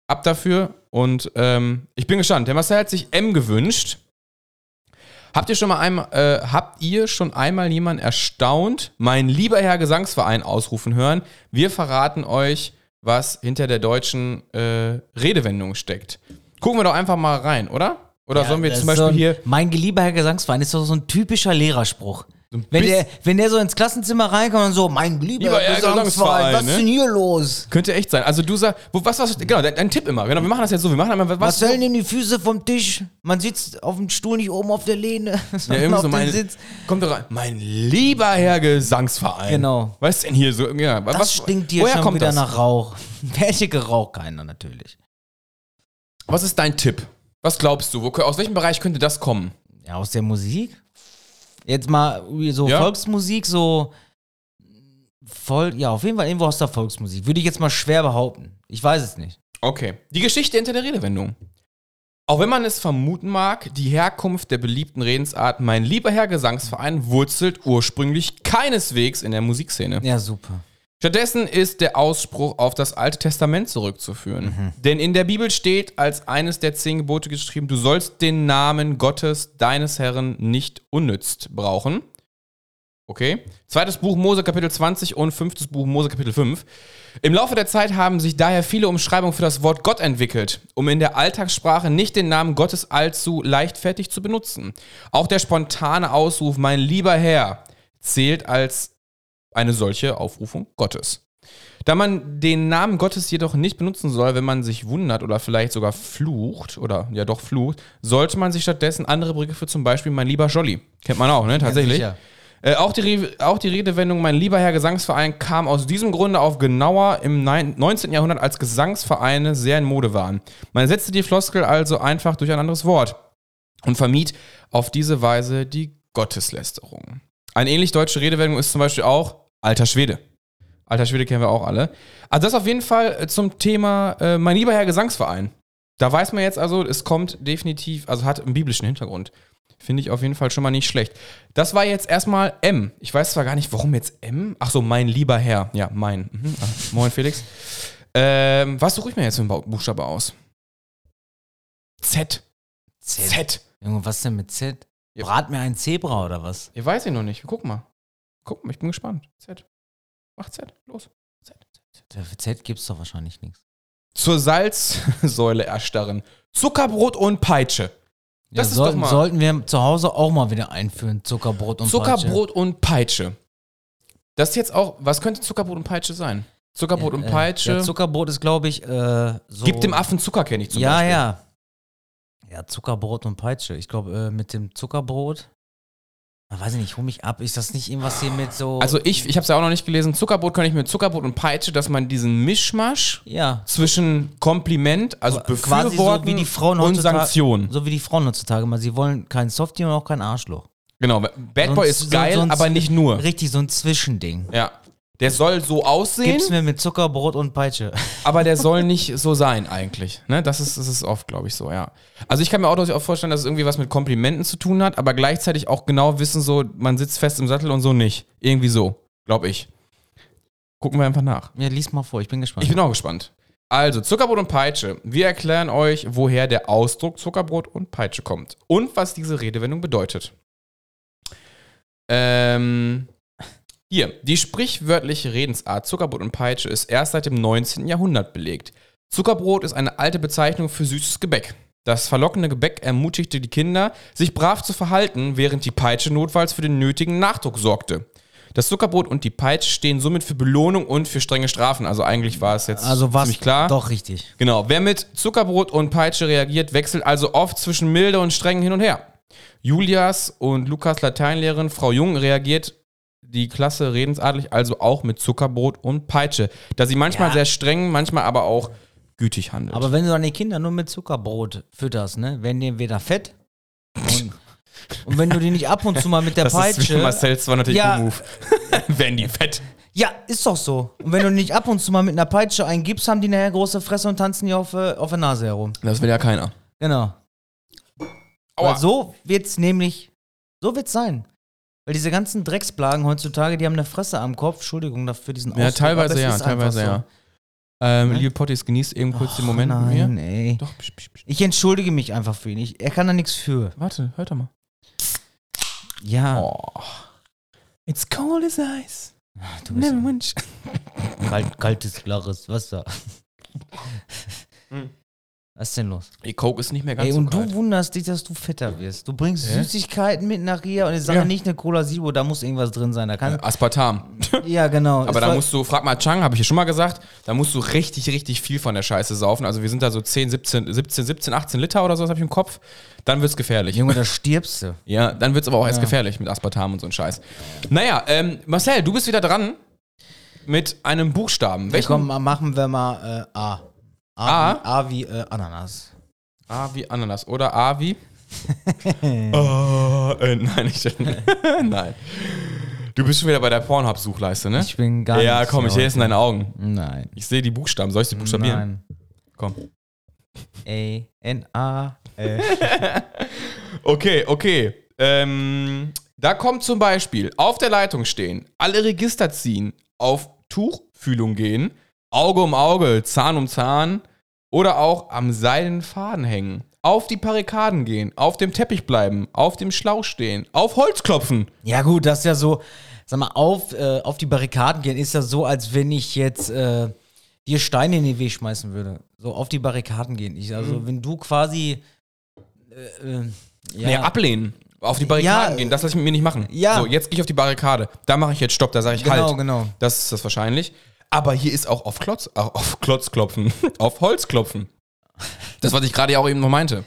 Speaker 1: ab dafür und ähm, ich bin gespannt. Der Marcel hat sich M gewünscht. Habt ihr schon mal einmal, äh, habt ihr schon einmal jemanden erstaunt, mein lieber Herr Gesangsverein ausrufen hören? Wir verraten euch, was hinter der deutschen äh, Redewendung steckt. Gucken wir doch einfach mal rein, oder? Oder sollen wir
Speaker 2: Das
Speaker 1: zum
Speaker 2: ist
Speaker 1: Beispiel
Speaker 2: so ein,
Speaker 1: hier
Speaker 2: Mein gelieber Herr Gesangsverein ist doch so ein typischer Lehrerspruch.
Speaker 1: ein
Speaker 2: Wenn
Speaker 1: bisschen-
Speaker 2: der, wenn der so ins Klassenzimmer reinkommt und so, mein lieber,
Speaker 1: Lieber Herr
Speaker 2: Herr Gesangsverein,
Speaker 1: Gesangsverein,
Speaker 2: was
Speaker 1: ne?
Speaker 2: ist denn hier los?
Speaker 1: Könnte echt sein. Also du sagst, wo, was, was, genau, dein, dein Tipp immer. Genau, wir machen das jetzt so. Wir machen einmal,
Speaker 2: Was
Speaker 1: was,
Speaker 2: fällen denn die Füße vom Tisch? Man sitzt auf dem Stuhl nicht oben auf der Lehne,
Speaker 1: ja,
Speaker 2: sondern
Speaker 1: irgendwie
Speaker 2: auf
Speaker 1: so
Speaker 2: dem
Speaker 1: meine,
Speaker 2: Sitz.
Speaker 1: kommt doch rein. Mein lieber Herr Gesangsverein.
Speaker 2: Genau.
Speaker 1: Was ist denn hier so? Ja,
Speaker 2: Das
Speaker 1: was,
Speaker 2: stinkt dir
Speaker 1: woher
Speaker 2: schon
Speaker 1: kommt
Speaker 2: wieder
Speaker 1: das?
Speaker 2: nach Rauch. Welche Gerauch? Keiner natürlich.
Speaker 1: Was ist dein Tipp? Was glaubst du? Wo, aus welchem Bereich könnte das kommen?
Speaker 2: Ja, aus der Musik? Jetzt mal so
Speaker 1: Ja.
Speaker 2: Volksmusik, so voll, ja, auf jeden Fall irgendwo aus der Volksmusik. Würde ich jetzt mal schwer behaupten. Ich weiß es nicht.
Speaker 1: Okay. Die Geschichte hinter der Redewendung. Auch wenn man es vermuten mag, die Herkunft der beliebten Redensart Mein lieber Herr Gesangsverein wurzelt ursprünglich keineswegs in der Musikszene.
Speaker 2: Ja, super.
Speaker 1: Stattdessen ist der Ausspruch auf das Alte Testament zurückzuführen. Denn in der Bibel steht als eines der zehn Gebote geschrieben, du sollst den Namen Gottes, deines Herrn, nicht unnützt brauchen. Okay. Zweites Buch Mose Kapitel 20 und fünftes Buch Mose Kapitel 5. Im Laufe der Zeit haben sich daher viele Umschreibungen für das Wort Gott entwickelt, um in der Alltagssprache nicht den Namen Gottes allzu leichtfertig zu benutzen. Auch der spontane Ausruf, mein lieber Herr, zählt als eine solche Aufrufung Gottes. Da man den Namen Gottes jedoch nicht benutzen soll, wenn man sich wundert oder vielleicht sogar flucht oder ja doch flucht, sollte man sich stattdessen andere Begriffe, zum Beispiel mein lieber Jolly, kennt man auch, ne? Tatsächlich.
Speaker 2: Ja, sicher.
Speaker 1: Äh, auch, die, Re- auch die Redewendung Mein lieber Herr Gesangsverein kam aus diesem Grunde auf genauer im nein- 19. Jahrhundert, als Gesangsvereine sehr in Mode waren. Man setzte die Floskel also einfach durch ein anderes Wort und vermied auf diese Weise die Gotteslästerung. Eine ähnlich deutsche Redewendung ist zum Beispiel auch Alter Schwede. Alter Schwede kennen wir auch alle. Also das auf jeden Fall äh, zum Thema äh, Mein lieber Herr Gesangsverein. Da weiß man jetzt also, es kommt definitiv, also hat einen biblischen Hintergrund. Finde ich auf jeden Fall schon mal nicht schlecht. Das war jetzt erstmal M. Ich weiß zwar gar nicht, warum jetzt M. Ach so, mein lieber Herr. Ja, mein. Mhm. Ah, moin, Felix. Ähm, was suche ich mir jetzt für einen Bau- Buchstabe aus? Z.
Speaker 2: Z.
Speaker 1: Z.
Speaker 2: Junge, was denn mit Z?
Speaker 1: Ja.
Speaker 2: Brat mir ein Zebra oder was?
Speaker 1: Ihr weiß ich noch nicht. Guck mal. Guck mal, ich bin gespannt. Z. Mach Z. Los. Z.
Speaker 2: Für Z gibt's doch wahrscheinlich nichts.
Speaker 1: Zur Salzsäule erstarren. Zuckerbrot und Peitsche. Das
Speaker 2: ja,
Speaker 1: ist
Speaker 2: sollten,
Speaker 1: doch mal-
Speaker 2: sollten wir zu Hause auch mal wieder einführen, Zuckerbrot und Peitsche.
Speaker 1: Zuckerbrot und Peitsche. Das ist jetzt auch, was könnte Zuckerbrot und Peitsche sein? Zuckerbrot und
Speaker 2: äh,
Speaker 1: Peitsche.
Speaker 2: Ja, Zuckerbrot ist, glaube ich, äh, so.
Speaker 1: Gib dem Affen Zucker, kenne ich zum
Speaker 2: ja,
Speaker 1: Beispiel.
Speaker 2: ja. Ja, Zuckerbrot und Peitsche. Ich glaube, äh, mit dem Zuckerbrot. Na, weiß ich nicht, hol mich ab. Ist das nicht irgendwas hier mit so.
Speaker 1: Also ich, ich habe es ja auch noch nicht gelesen. Zuckerbrot kann ich mit Zuckerbrot und Peitsche, dass man diesen Mischmasch
Speaker 2: Ja.
Speaker 1: zwischen Kompliment, also
Speaker 2: Quasi so wie
Speaker 1: Befürworten
Speaker 2: die Frauen
Speaker 1: und
Speaker 2: heutzutage.
Speaker 1: Sanktionen.
Speaker 2: So wie die Frauen heutzutage. mal. Sie wollen kein Softie und auch kein Arschloch.
Speaker 1: Genau, Bad Boy
Speaker 2: Sonst-
Speaker 1: ist geil,
Speaker 2: sonst-
Speaker 1: aber nicht nur.
Speaker 2: Richtig, so ein Zwischending.
Speaker 1: Ja. Der soll so aussehen,
Speaker 2: Gib's mir mit Zuckerbrot und Peitsche.
Speaker 1: aber der soll nicht so sein eigentlich. Ne? Das, ist, das ist oft, glaube ich, so, ja. Also ich kann mir auch durchaus vorstellen, dass es irgendwie was mit Komplimenten zu tun hat, aber gleichzeitig auch genau wissen, so, man sitzt fest im Sattel und so nicht. Irgendwie so, glaube ich. Gucken wir einfach nach.
Speaker 2: Ja, lies mal vor, ich bin gespannt.
Speaker 1: Ich bin auch gespannt. Also, Zuckerbrot und Peitsche. Wir erklären euch, woher der Ausdruck Zuckerbrot und Peitsche kommt und was diese Redewendung bedeutet. Ähm, hier, die sprichwörtliche Redensart Zuckerbrot und Peitsche ist erst seit dem 19. Jahrhundert belegt. Zuckerbrot ist eine alte Bezeichnung für süßes Gebäck. Das verlockende Gebäck ermutigte die Kinder, sich brav zu verhalten, während die Peitsche notfalls für den nötigen Nachdruck sorgte. Das Zuckerbrot und die Peitsche stehen somit für Belohnung und für strenge Strafen. Also eigentlich war es jetzt
Speaker 2: also was?
Speaker 1: ziemlich klar.
Speaker 2: Doch richtig.
Speaker 1: Genau, wer mit Zuckerbrot und Peitsche reagiert, wechselt also oft zwischen milde und streng hin und her. Julias und Lukas Lateinlehrerin Frau Jung reagiert die Klasse redensartlich also auch mit Zuckerbrot und Peitsche, da sie manchmal
Speaker 2: Ja.
Speaker 1: sehr streng, manchmal aber auch gütig handelt.
Speaker 2: Aber wenn du deine Kinder nur mit Zuckerbrot fütterst, ne, werden die weder fett und, und wenn du die nicht ab und zu mal mit der
Speaker 1: das ist
Speaker 2: Peitsche.
Speaker 1: wie Marcel's war natürlich
Speaker 2: Ja.
Speaker 1: ein Move. Wenn die fett.
Speaker 2: ja, ist doch so. Und wenn du nicht ab und zu mal mit einer Peitsche einen gibst, haben die nachher große Fresse und tanzen dir auf, äh, auf der Nase herum.
Speaker 1: Das will ja keiner.
Speaker 2: Genau.
Speaker 1: Aua.
Speaker 2: Weil so wird's nämlich, so wird's sein. Weil diese ganzen Drecksplagen heutzutage, die haben eine Fresse am Kopf. Entschuldigung dafür diesen
Speaker 1: ja,
Speaker 2: Ausdruck, aber
Speaker 1: teilweise
Speaker 2: es
Speaker 1: ja,
Speaker 2: ist einfach
Speaker 1: teilweise
Speaker 2: so.
Speaker 1: ja. Ähm,
Speaker 2: Ne?
Speaker 1: liebe Potties, genießt eben kurz den
Speaker 2: Och,
Speaker 1: Moment mit
Speaker 2: Nein,
Speaker 1: mir.
Speaker 2: ey.
Speaker 1: Doch, psch, psch, psch.
Speaker 2: Ich entschuldige mich einfach für ihn. Ich, er kann da nichts für.
Speaker 1: warte, hört doch mal.
Speaker 2: Ja.
Speaker 1: Oh. It's cold as ice.
Speaker 2: Ach, du bist kalt, kaltes, klares Wasser.
Speaker 1: Hm.
Speaker 2: Was ist denn los?
Speaker 1: Die Coke ist nicht mehr ganz
Speaker 2: Ey,
Speaker 1: so
Speaker 2: und
Speaker 1: kalt.
Speaker 2: du wunderst dich, dass du fetter wirst. Du bringst
Speaker 1: Hä?
Speaker 2: Süßigkeiten mit nach hier und ich sage
Speaker 1: Ja.
Speaker 2: nicht eine Cola Zero, da muss irgendwas drin sein. Da kann,
Speaker 1: Äh, Aspartam.
Speaker 2: ja, genau.
Speaker 1: Aber
Speaker 2: Es
Speaker 1: da
Speaker 2: war-
Speaker 1: musst du, frag mal Chang, habe ich ja schon mal gesagt, da musst du richtig, richtig viel von der Scheiße saufen. Also wir sind da so 10, 17, 17, 17 18 Liter oder sowas habe ich im Kopf. Dann wird's gefährlich.
Speaker 2: Junge, da stirbst du.
Speaker 1: Ja, dann wird's aber auch erst gefährlich mit Aspartam und so ein Scheiß. Naja, ähm, Marcel, du bist wieder dran mit einem Buchstaben.
Speaker 2: Ja,
Speaker 1: Welchen?
Speaker 2: komm, ma- machen wir mal äh, A. A,
Speaker 1: A?
Speaker 2: Wie, A wie äh, Ananas.
Speaker 1: A wie Ananas oder A wie? oh, äh, nein, ich, nein. Du bist schon wieder bei der Pornhub-Suchleiste, ne?
Speaker 2: Ich bin gar
Speaker 1: ja,
Speaker 2: nicht
Speaker 1: komm, ich
Speaker 2: so-
Speaker 1: sehe es in deinen Augen.
Speaker 2: Nein.
Speaker 1: Ich sehe die Buchstaben. Soll ich sie buchstabieren?
Speaker 2: Nein.
Speaker 1: Komm.
Speaker 2: A, N, A. Äh.
Speaker 1: Okay, okay. Ähm, da kommt zum Beispiel auf der Leitung stehen, alle Register ziehen, auf Tuchfühlung gehen, Auge um Auge, Zahn um Zahn oder auch am seidenen Faden hängen, auf die Barrikaden gehen, auf dem Teppich bleiben, auf dem Schlauch stehen, auf Holz klopfen.
Speaker 2: Ja, gut, das ist ja so, sag mal, auf, äh, auf die Barrikaden gehen ist ja so, als wenn ich jetzt äh, dir Steine in den Weg schmeißen würde. So auf die Barrikaden gehen. Ich,
Speaker 1: Mhm.
Speaker 2: also, wenn du quasi. Äh, äh, ja,
Speaker 1: Nee, ablehnen. Auf die Barrikaden
Speaker 2: Ja,
Speaker 1: gehen, das lasse ich mit mir nicht machen.
Speaker 2: ja.
Speaker 1: So, jetzt gehe ich auf die Barrikade. Da mache ich jetzt Stopp, da sage ich
Speaker 2: genau,
Speaker 1: halt.
Speaker 2: genau.
Speaker 1: Das ist das wahrscheinlich. Aber hier ist auch auf Klotz, auch auf Klotz klopfen, auf Holz klopfen. Das, was ich gerade ja auch eben noch meinte.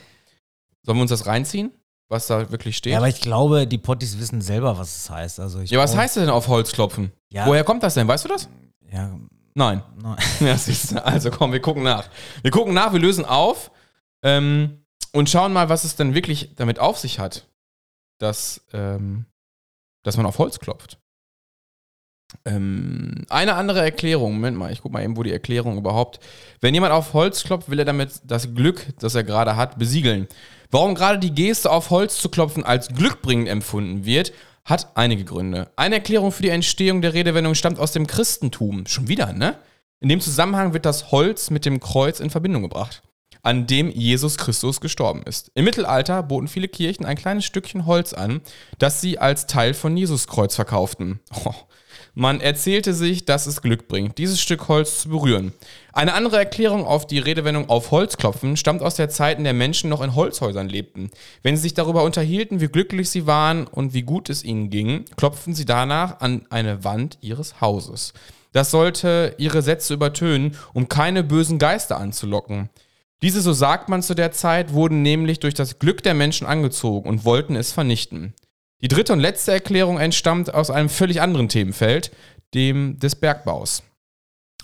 Speaker 1: Sollen wir uns das reinziehen, was da wirklich steht?
Speaker 2: Ja, aber ich glaube, die Potties wissen selber, was es heißt. Also ich
Speaker 1: Ja, was
Speaker 2: brauch-
Speaker 1: heißt denn auf Holz klopfen?
Speaker 2: Ja.
Speaker 1: Woher kommt das denn? Weißt du das?
Speaker 2: Ja,
Speaker 1: Nein.
Speaker 2: nein.
Speaker 1: Ja, siehst du. Also komm, wir gucken nach. Wir gucken nach, wir lösen auf ähm, und schauen mal, was es denn wirklich damit auf sich hat, dass, ähm, dass man auf Holz klopft. Ähm, eine andere Erklärung, Moment mal, ich guck mal eben, wo die Erklärung überhaupt. Wenn jemand auf Holz klopft, will er damit das Glück, das er gerade hat, besiegeln. Warum gerade die Geste auf Holz zu klopfen als glückbringend empfunden wird, hat einige Gründe. Eine Erklärung für die Entstehung der Redewendung stammt aus dem Christentum. Schon wieder, ne? In dem Zusammenhang wird das Holz mit dem Kreuz in Verbindung gebracht, an dem Jesus Christus gestorben ist. Im Mittelalter boten viele Kirchen ein kleines Stückchen Holz an, das sie als Teil von Jesus Kreuz verkauften. Oh. Man erzählte sich, dass es Glück bringt, dieses Stück Holz zu berühren. Eine andere Erklärung auf die Redewendung auf Holz klopfen stammt aus der Zeit, in der Menschen noch in Holzhäusern lebten. Wenn sie sich darüber unterhielten, wie glücklich sie waren und wie gut es ihnen ging, klopften sie danach an eine Wand ihres Hauses. Das sollte ihre Sätze übertönen, um keine bösen Geister anzulocken. Diese, so sagt man zu der Zeit, wurden nämlich durch das Glück der Menschen angezogen und wollten es vernichten. Die dritte und letzte Erklärung entstammt aus einem völlig anderen Themenfeld, dem des Bergbaus.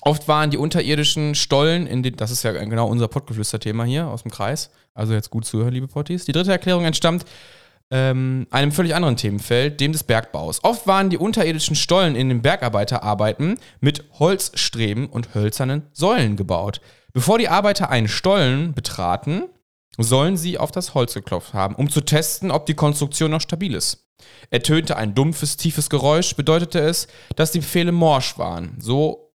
Speaker 1: Oft waren die unterirdischen Stollen, in den, das ist ja genau unser Pottgeflüster-Thema hier aus dem Kreis, also jetzt gut zuhören, liebe Potties. Die dritte Erklärung entstammt ähm, einem völlig anderen Themenfeld, dem des Bergbaus. Oft waren die unterirdischen Stollen in den Bergarbeiterarbeiten mit Holzstreben und hölzernen Säulen gebaut. Bevor die Arbeiter einen Stollen betraten, sollen sie auf das Holz geklopft haben, um zu testen, ob die Konstruktion noch stabil ist. Ertönte ein dumpfes, tiefes Geräusch, bedeutete es, dass die Pfähle morsch waren. So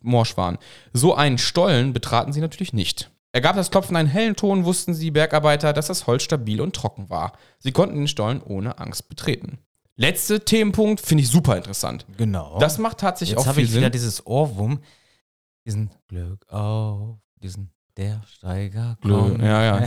Speaker 1: morsch waren. So einen Stollen betraten sie natürlich nicht. Ergab das Klopfen einen hellen Ton, wussten die Bergarbeiter, dass das Holz stabil und trocken war. Sie konnten den Stollen ohne Angst betreten. Letzter Themenpunkt finde ich super interessant.
Speaker 2: Genau.
Speaker 1: Das macht tatsächlich
Speaker 2: Jetzt
Speaker 1: auch
Speaker 2: habe
Speaker 1: viel
Speaker 2: ich wieder
Speaker 1: Sinn.
Speaker 2: dieses Ohrwurm. Diesen Glück auf, diesen der Steiger kommt.
Speaker 1: Ja, ja.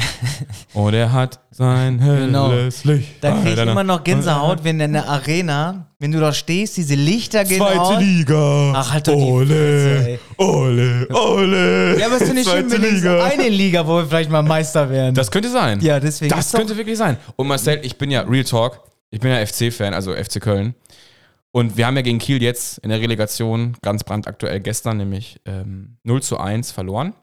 Speaker 1: Und er hat sein
Speaker 2: Genau.
Speaker 1: helles Licht.
Speaker 2: Da kriege ich
Speaker 1: Alter.
Speaker 2: immer noch Gänsehaut, wenn in der Arena, wenn du da stehst, diese Lichter gehen aus.
Speaker 1: Zweite Liga.
Speaker 2: Genau. Ach, halt doch die Fresse,
Speaker 1: ole,
Speaker 2: ey.
Speaker 1: ole, ole.
Speaker 2: Ja, aber ist doch nicht schlimm,
Speaker 1: Zweite
Speaker 2: wenn es
Speaker 1: Liga.
Speaker 2: eine Liga, wo wir vielleicht mal Meister werden.
Speaker 1: Das könnte sein.
Speaker 2: ja, deswegen.
Speaker 1: das
Speaker 2: ist doch-
Speaker 1: könnte wirklich sein. Und Marcel, ich bin ja Real Talk. Ich bin ja FC-Fan, also FC Köln. Und wir haben ja gegen Kiel jetzt in der Relegation ganz brandaktuell gestern nämlich ähm, 0 zu 1 verloren.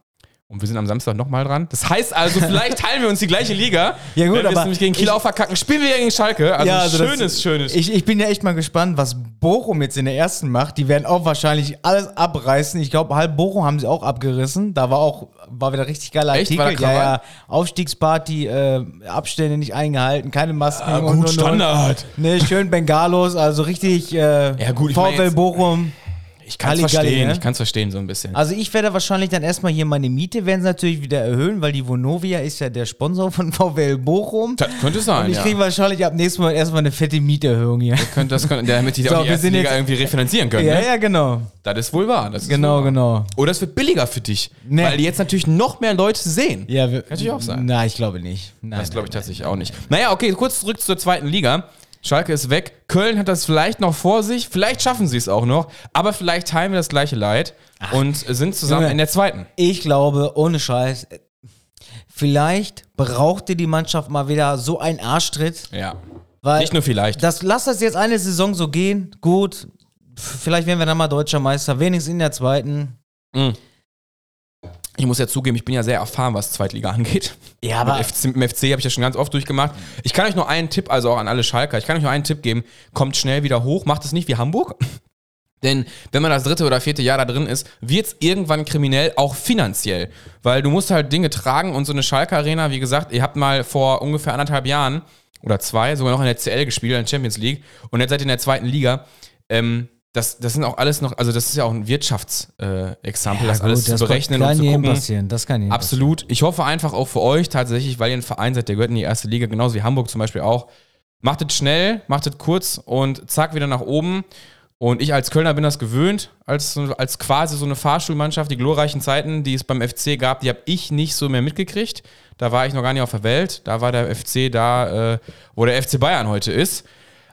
Speaker 1: Und wir sind am Samstag nochmal dran. Das heißt also, vielleicht teilen wir uns die gleiche Liga.
Speaker 2: Ja, gut,
Speaker 1: Wenn wir es
Speaker 2: aber
Speaker 1: nämlich gegen Kiel
Speaker 2: ich-
Speaker 1: auch verkacken, spielen wir ja gegen Schalke. Also,
Speaker 2: Ja, also das-
Speaker 1: schönes, schönes.
Speaker 2: ich, ich bin ja echt mal gespannt, was Bochum jetzt in der ersten macht. Die werden auch wahrscheinlich alles abreißen. Ich glaube, halb Bochum haben sie auch abgerissen. Da war auch war wieder richtig geiler
Speaker 1: Echt?
Speaker 2: Artikel.
Speaker 1: War da
Speaker 2: ja,
Speaker 1: Krawall?
Speaker 2: ja. Aufstiegsparty, äh, Abstände nicht eingehalten, keine Masken.
Speaker 1: Ah, gut, Standard.
Speaker 2: Ne, schön Bengalos, also richtig äh,
Speaker 1: Ja, gut, ich mein
Speaker 2: VfL
Speaker 1: jetzt-
Speaker 2: Bochum.
Speaker 1: Ich kann es
Speaker 2: Halligalli,
Speaker 1: verstehen,
Speaker 2: ne?
Speaker 1: ich kann es verstehen so ein bisschen.
Speaker 2: Also ich werde wahrscheinlich dann erstmal hier meine Miete, werden sie natürlich wieder erhöhen, weil die Vonovia ist ja der Sponsor von VfL Bochum.
Speaker 1: das könnte sein,
Speaker 2: Und ich
Speaker 1: ja.
Speaker 2: kriege wahrscheinlich ab nächstem Mal erstmal eine fette Mieterhöhung hier.
Speaker 1: Könnte das können, damit die
Speaker 2: So,
Speaker 1: auch die
Speaker 2: wir
Speaker 1: erste
Speaker 2: sind
Speaker 1: Liga
Speaker 2: jetzt-
Speaker 1: irgendwie refinanzieren können.
Speaker 2: Ja,
Speaker 1: ne?
Speaker 2: ja, genau.
Speaker 1: Das ist wohl wahr. Das ist wohl
Speaker 2: Genau,
Speaker 1: wahr.
Speaker 2: genau.
Speaker 1: Oder es wird billiger für dich,
Speaker 2: Nee.
Speaker 1: weil die jetzt natürlich noch mehr Leute sehen.
Speaker 2: Ja, wir,
Speaker 1: Könnte ich auch sagen.
Speaker 2: Na, ich glaube nicht. Nein,
Speaker 1: Das glaube ich
Speaker 2: nein,
Speaker 1: tatsächlich auch nicht. Naja, okay, kurz zurück zur zweiten Liga. Schalke ist weg. Köln hat das vielleicht noch vor sich. Vielleicht schaffen sie es auch noch. Aber vielleicht teilen wir das gleiche Leid und sind zusammen
Speaker 2: Junge.
Speaker 1: in der zweiten.
Speaker 2: nein. Ich glaube, ohne Scheiß, äh, vielleicht brauchte die Mannschaft mal wieder so einen Arschtritt.
Speaker 1: Ja.
Speaker 2: Weil
Speaker 1: Nicht nur vielleicht.
Speaker 2: Das, lass das jetzt eine Saison so gehen. Gut. F- Vielleicht werden wir dann mal deutscher Meister. Wenigstens in der zweiten.
Speaker 1: Ich muss ja zugeben, ich bin ja sehr erfahren, was Zweitliga angeht.
Speaker 2: Ja,
Speaker 1: Mit FC, mit dem FC habe ich ja schon ganz oft durchgemacht. Ich kann euch nur einen Tipp, also auch an alle Schalker, ich kann euch nur einen Tipp geben. Kommt schnell wieder hoch, macht es nicht wie Hamburg. Denn wenn man das dritte oder vierte Jahr da drin ist, wird es irgendwann kriminell, auch finanziell. Weil du musst halt Dinge tragen und so eine Schalke Arena, wie gesagt, ihr habt mal vor ungefähr anderthalb Jahren oder zwei sogar noch in der CL gespielt, in der Champions League und jetzt seid ihr in der zweiten Liga. Ähm, das, das sind auch alles noch, also das ist ja auch ein Wirtschaftsexempel, äh, Exempel, das alles zu berechnen und
Speaker 2: kann
Speaker 1: zu
Speaker 2: jedem
Speaker 1: gucken.
Speaker 2: passieren. Das kann jedem
Speaker 1: Absolut. Ich hoffe einfach auch für euch tatsächlich, weil ihr ein Verein seid, der gehört in die erste Liga, genauso wie Hamburg zum Beispiel auch. Macht es schnell, macht es kurz und zack, wieder nach oben. Und ich als Kölner bin das gewöhnt, als, so- als quasi so eine Fahrschulmannschaft. Die glorreichen Zeiten, die es beim FC gab, die habe ich nicht so mehr mitgekriegt. Da war ich noch gar nicht auf der Welt. Da war der FC da, äh, wo der FC Bayern heute ist.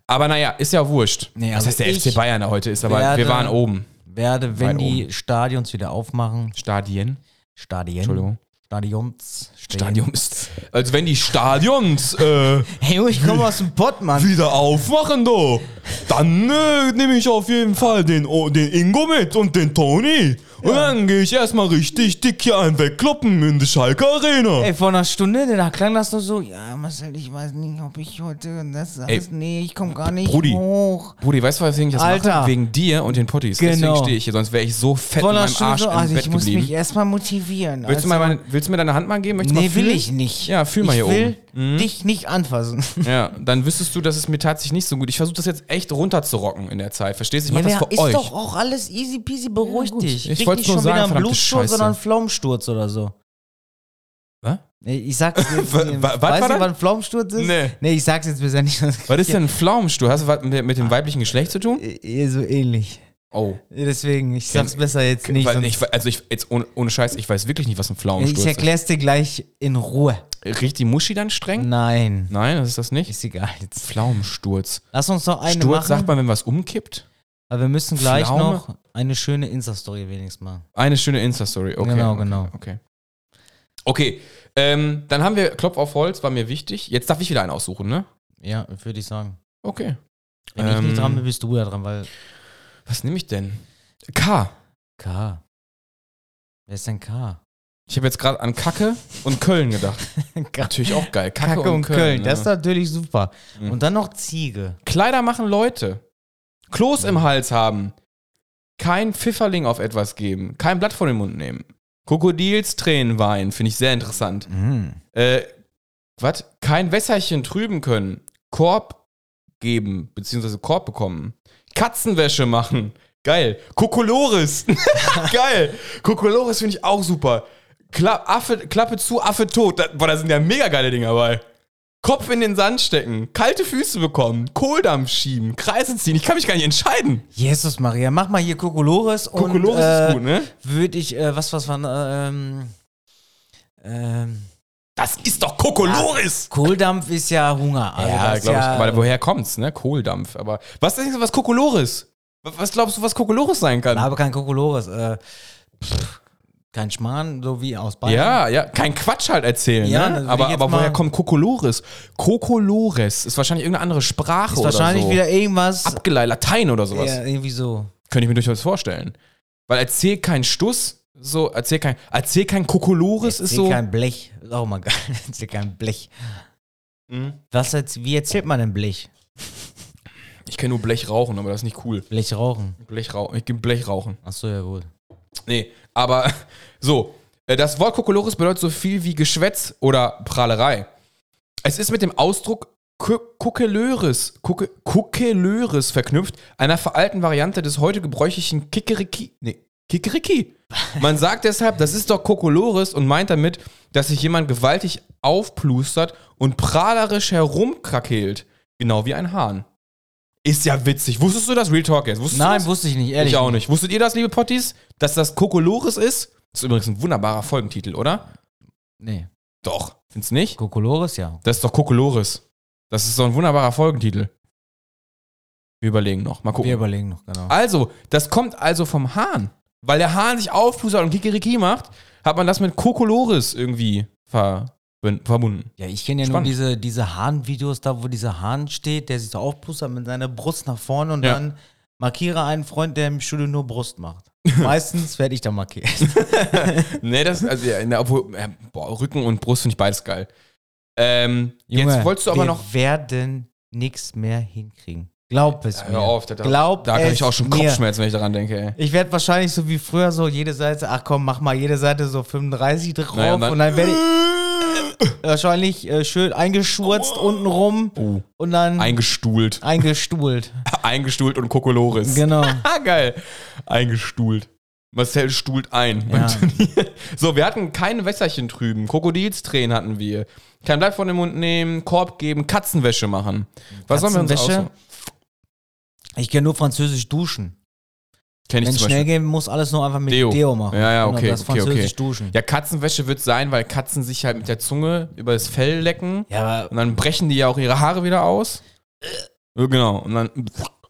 Speaker 1: Aber naja, ist ja wurscht.
Speaker 2: Nee,
Speaker 1: Was
Speaker 2: also
Speaker 1: heißt der
Speaker 2: ich
Speaker 1: FC Bayern da heute ist, aber wir
Speaker 2: werde-
Speaker 1: waren oben.
Speaker 2: passieren. Werde, wenn
Speaker 1: Weit
Speaker 2: die Stadions wieder aufmachen,
Speaker 1: Stadien.
Speaker 2: Stadien,
Speaker 1: Entschuldigung.
Speaker 2: Stadions,
Speaker 1: Stadions. Als wenn die Stadions äh,
Speaker 2: Hey, Junge, ich komme aus dem Pott, Mann.
Speaker 1: wieder aufmachen, du. Dann äh, nehme ich auf jeden Fall den, O- den Ingo mit und den Toni. Und dann gehe ich erstmal richtig dick hier einen wegkloppen in die Schalke Arena.
Speaker 2: Ey, vor einer Stunde, da klang das nur so, ja, Marcel, ich weiß nicht, ob ich heute das
Speaker 1: Ey,
Speaker 2: alles, nee, ich komme gar nicht
Speaker 1: Brudi.
Speaker 2: hoch.
Speaker 1: Brudi, weißt du, weswegen ich das
Speaker 2: Alter.
Speaker 1: mache? Wegen dir und den Potties. Deswegen
Speaker 2: Genau.
Speaker 1: stehe ich hier, sonst wäre ich so fett
Speaker 2: Vor
Speaker 1: in
Speaker 2: einer
Speaker 1: meinem
Speaker 2: Stunde
Speaker 1: Arsch
Speaker 2: so,
Speaker 1: im
Speaker 2: also
Speaker 1: Bett
Speaker 2: ich muss mich
Speaker 1: geblieben.
Speaker 2: erstmal motivieren.
Speaker 1: Willst du, mal
Speaker 2: also,
Speaker 1: meine, willst du mir deine Hand mal geben? Möchtest du
Speaker 2: Nee,
Speaker 1: mal
Speaker 2: will
Speaker 1: fühlen?
Speaker 2: ich nicht.
Speaker 1: Ja, fühl mal
Speaker 2: ich
Speaker 1: hier
Speaker 2: will
Speaker 1: oben. Mhm.
Speaker 2: dich nicht anfassen.
Speaker 1: Ja, dann wüsstest du, dass es mir tatsächlich nicht so gut. Ich versuche das jetzt echt runterzurocken in der Zeit. Verstehst du? Ich mache
Speaker 2: ja,
Speaker 1: das für
Speaker 2: ist
Speaker 1: euch.
Speaker 2: doch auch alles easy peasy, beruhig
Speaker 1: Ja, gut.
Speaker 2: dich.
Speaker 1: Ich
Speaker 2: Krieg
Speaker 1: wollt's
Speaker 2: nicht
Speaker 1: nur
Speaker 2: schon
Speaker 1: sagen,
Speaker 2: wieder einen
Speaker 1: verdammte
Speaker 2: Blutsturz, sondern einen
Speaker 1: Scheiße.
Speaker 2: Pflaumensturz oder so.
Speaker 1: Was?
Speaker 2: Nee, Ich sag's jetzt,
Speaker 1: Wa-
Speaker 2: nicht.
Speaker 1: wa- was war
Speaker 2: weißt
Speaker 1: das?
Speaker 2: du, wann ein Pflaumensturz ist?
Speaker 1: Nee.
Speaker 2: Nee, ich sag's jetzt bisher nicht. sonst-
Speaker 1: Was ist denn ein Pflaumensturz? Hast du was mit,
Speaker 2: Ah.
Speaker 1: mit dem weiblichen Geschlecht zu tun?
Speaker 2: Eh, So ähnlich.
Speaker 1: Oh.
Speaker 2: Deswegen, ich sag's besser jetzt nicht.
Speaker 1: Weil
Speaker 2: sonst-
Speaker 1: ich, also ich, jetzt ohne, ohne Scheiß, ich weiß wirklich nicht, was ein
Speaker 2: Ich
Speaker 1: Pflaumensturz
Speaker 2: erklär's dir gleich in Ruhe.
Speaker 1: ist. Riecht die Muschi dann streng?
Speaker 2: Nein.
Speaker 1: Nein, das ist das nicht.
Speaker 2: Ist egal. Jetzt.
Speaker 1: Pflaumensturz.
Speaker 2: Lass uns noch eine
Speaker 1: Sturz
Speaker 2: machen.
Speaker 1: sagt man, wenn was umkippt?
Speaker 2: aber wir müssen gleich
Speaker 1: Pflaume?
Speaker 2: noch eine schöne Insta-Story wenigstens machen.
Speaker 1: Eine schöne Insta-Story. Okay,
Speaker 2: Genau,
Speaker 1: okay,
Speaker 2: genau.
Speaker 1: Okay. Okay, ähm, dann haben wir Klopf auf Holz, war mir wichtig. Jetzt darf ich wieder einen aussuchen, ne?
Speaker 2: Ja, würde ich sagen.
Speaker 1: Okay.
Speaker 2: Wenn ich
Speaker 1: Ähm,
Speaker 2: nicht dran bin, bist du ja dran, weil.
Speaker 1: Was nehme ich denn? K.
Speaker 2: K. Wer ist denn K?
Speaker 1: Ich habe jetzt gerade an Kacke und Köln gedacht. Natürlich auch geil. Kacke, und Köln. ne?
Speaker 2: Das ist
Speaker 1: ja.
Speaker 2: natürlich super.
Speaker 1: Mhm.
Speaker 2: Und dann noch Ziege.
Speaker 1: Kleider machen Leute. Kloß im Hals haben. Kein Pfifferling auf etwas geben. Kein Blatt vor den Mund nehmen. Krokodilstränen weinen, finde ich sehr interessant. Äh, Was? Kein Wässerchen trüben können. Korb geben, beziehungsweise Korb bekommen. Katzenwäsche machen. Geil. Kokolores. Geil. Kokolores finde ich auch super. Kla Affe, Klappe zu, Affe tot. Da, boah, da sind ja mega geile Dinger dabei. Kopf in den Sand stecken, kalte Füße bekommen, Kohldampf schieben, Kreise ziehen. Ich kann mich gar nicht entscheiden.
Speaker 2: Jesus Maria, mach mal hier Kokolores und
Speaker 1: Kokolores
Speaker 2: äh,
Speaker 1: ist gut, ne?
Speaker 2: würde ich, äh, was, was war, ähm, ähm,
Speaker 1: Das ist doch Kokolores.
Speaker 2: Kohldampf ist ja Hunger. Also
Speaker 1: ja,
Speaker 2: das ist
Speaker 1: glaube ich. Aber woher kommt's, ne? Kohldampf. Aber was denkst du, was Kokolores? Was was glaubst du, was Kokolores sein kann?
Speaker 2: Na, aber kein Kokolores, äh, pff, kein Schmarrn, so wie aus Bayern.
Speaker 1: Ja, ja, kein Quatsch halt erzählen,
Speaker 2: Ja, das will
Speaker 1: ne?
Speaker 2: ich
Speaker 1: Aber,
Speaker 2: jetzt
Speaker 1: aber
Speaker 2: mal-
Speaker 1: woher kommt Kokolores? Kokolores ist wahrscheinlich irgendeine andere Sprache
Speaker 2: Ist
Speaker 1: oder
Speaker 2: wahrscheinlich
Speaker 1: so.
Speaker 2: wieder irgendwas.
Speaker 1: Abgeleitet, Latein oder sowas.
Speaker 2: Ja, irgendwie so.
Speaker 1: Könnte ich mir durchaus vorstellen. Weil erzähl kein Stuss, so erzähl kein erzähl kein Kokolores ist
Speaker 2: Erzähl
Speaker 1: so
Speaker 2: kein Blech. Ist auch mal geil. Erzähl kein Blech.
Speaker 1: Mhm.
Speaker 2: Was jetzt, wie erzählt man denn Blech?
Speaker 1: Ich kenne nur Blech rauchen, aber das ist nicht cool.
Speaker 2: Blech rauchen.
Speaker 1: Blech rauchen, ich gebe Blech rauchen.
Speaker 2: Achso, ja gut.
Speaker 1: Nee, aber so, äh, das Wort Kokolores bedeutet so viel wie Geschwätz oder Prahlerei. Es ist mit dem Ausdruck Ku- Kokelöres, Kuke- Kokelöres verknüpft, einer veralten Variante des heute gebräuchlichen Kikeriki. Nee, Kikeriki. Man sagt deshalb, das ist doch Kokolores und meint damit, dass sich jemand gewaltig aufplustert und prahlerisch herumkrakeelt. Genau wie ein Hahn. Ist ja witzig. Wusstest du das? Real Talk jetzt. Wusstest du
Speaker 2: Nein,
Speaker 1: das?
Speaker 2: wusste ich nicht, ehrlich.
Speaker 1: Ich auch nicht. Wusstet ihr das, liebe Potties, dass das Kokolores ist? Das ist übrigens ein wunderbarer Folgentitel, oder?
Speaker 2: Nee.
Speaker 1: Doch. Findest du nicht?
Speaker 2: Kokolores, ja.
Speaker 1: Das ist doch Kokolores. Das ist so ein wunderbarer Folgentitel. Wir überlegen noch. Mal gucken.
Speaker 2: Wir überlegen noch, genau.
Speaker 1: also, das kommt also vom Hahn. Weil der Hahn sich aufpustert und Kikeriki macht, hat man das mit Kokolores irgendwie ver verbunden.
Speaker 2: Ja, ich kenne ja
Speaker 1: Spannend.
Speaker 2: nur diese, diese Hahnvideos da, wo dieser Hahn steht, der sich so aufpustert mit seiner Brust nach vorne und
Speaker 1: Ja.
Speaker 2: dann markiere einen Freund, der im Studio nur Brust macht. Meistens werde ich da markiert.
Speaker 1: Nee, das, also, ja, na, obwohl, äh, boah, Rücken und Brust finde ich beides geil. Ähm, jetzt wolltest du aber
Speaker 2: wir
Speaker 1: noch.
Speaker 2: werden nichts mehr hinkriegen. Glaub es mir.
Speaker 1: Hör auf, da, da,
Speaker 2: Glaub
Speaker 1: da kriege ich auch schon
Speaker 2: es mir.
Speaker 1: Kopfschmerzen, wenn ich daran denke, ey.
Speaker 2: Ich werde wahrscheinlich so wie früher so jede Seite, ach komm, mach mal jede Seite so 35 drauf
Speaker 1: Naja,
Speaker 2: und dann, werde ich wahrscheinlich äh, schön eingeschurzt unten rum
Speaker 1: Oh.
Speaker 2: und dann
Speaker 1: Eingestuhlt.
Speaker 2: eingestuhlt.
Speaker 1: Eingestuhlt und Kokolores.
Speaker 2: Genau.
Speaker 1: Ah, geil. Eingestuhlt. Marcel stuhlt ein. beim
Speaker 2: Ja.
Speaker 1: Turnier. So, wir hatten keine Wässerchen trüben. Krokodilstränen hatten wir. Kein Blatt von dem Mund nehmen, Korb geben, Katzenwäsche machen. Was sollen wir uns
Speaker 2: Katzenwäsche?
Speaker 1: aussuchen?
Speaker 2: Ich kann nur französisch duschen.
Speaker 1: Kenn ich
Speaker 2: Wenn es
Speaker 1: zum
Speaker 2: schnell
Speaker 1: Beispiel.
Speaker 2: gehen muss, alles nur einfach mit
Speaker 1: Deo.
Speaker 2: Deo, machen.
Speaker 1: Ja, ja,
Speaker 2: Genau,
Speaker 1: okay,
Speaker 2: Das
Speaker 1: okay,
Speaker 2: französisch
Speaker 1: okay.
Speaker 2: duschen.
Speaker 1: Ja, Katzenwäsche wird sein, weil Katzen sich halt mit der Zunge über das Fell lecken.
Speaker 2: Ja, aber
Speaker 1: Und dann brechen die ja auch ihre Haare wieder aus. Ja, genau. Und dann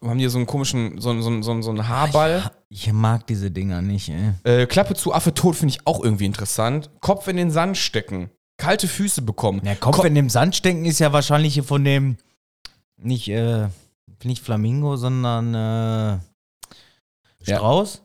Speaker 1: haben die so einen komischen, so, einen- so, einen- so, einen- so einen Haarball.
Speaker 2: ich mag diese Dinger nicht, ey.
Speaker 1: Äh, Klappe zu, Affe tot finde ich auch irgendwie interessant. Kopf in den Sand stecken. Kalte Füße bekommen.
Speaker 2: Ja, Kopf in dem Sand stecken ist ja wahrscheinlich hier von dem, nicht, äh, nicht Flamingo, sondern äh,
Speaker 1: Ja.
Speaker 2: Strauß.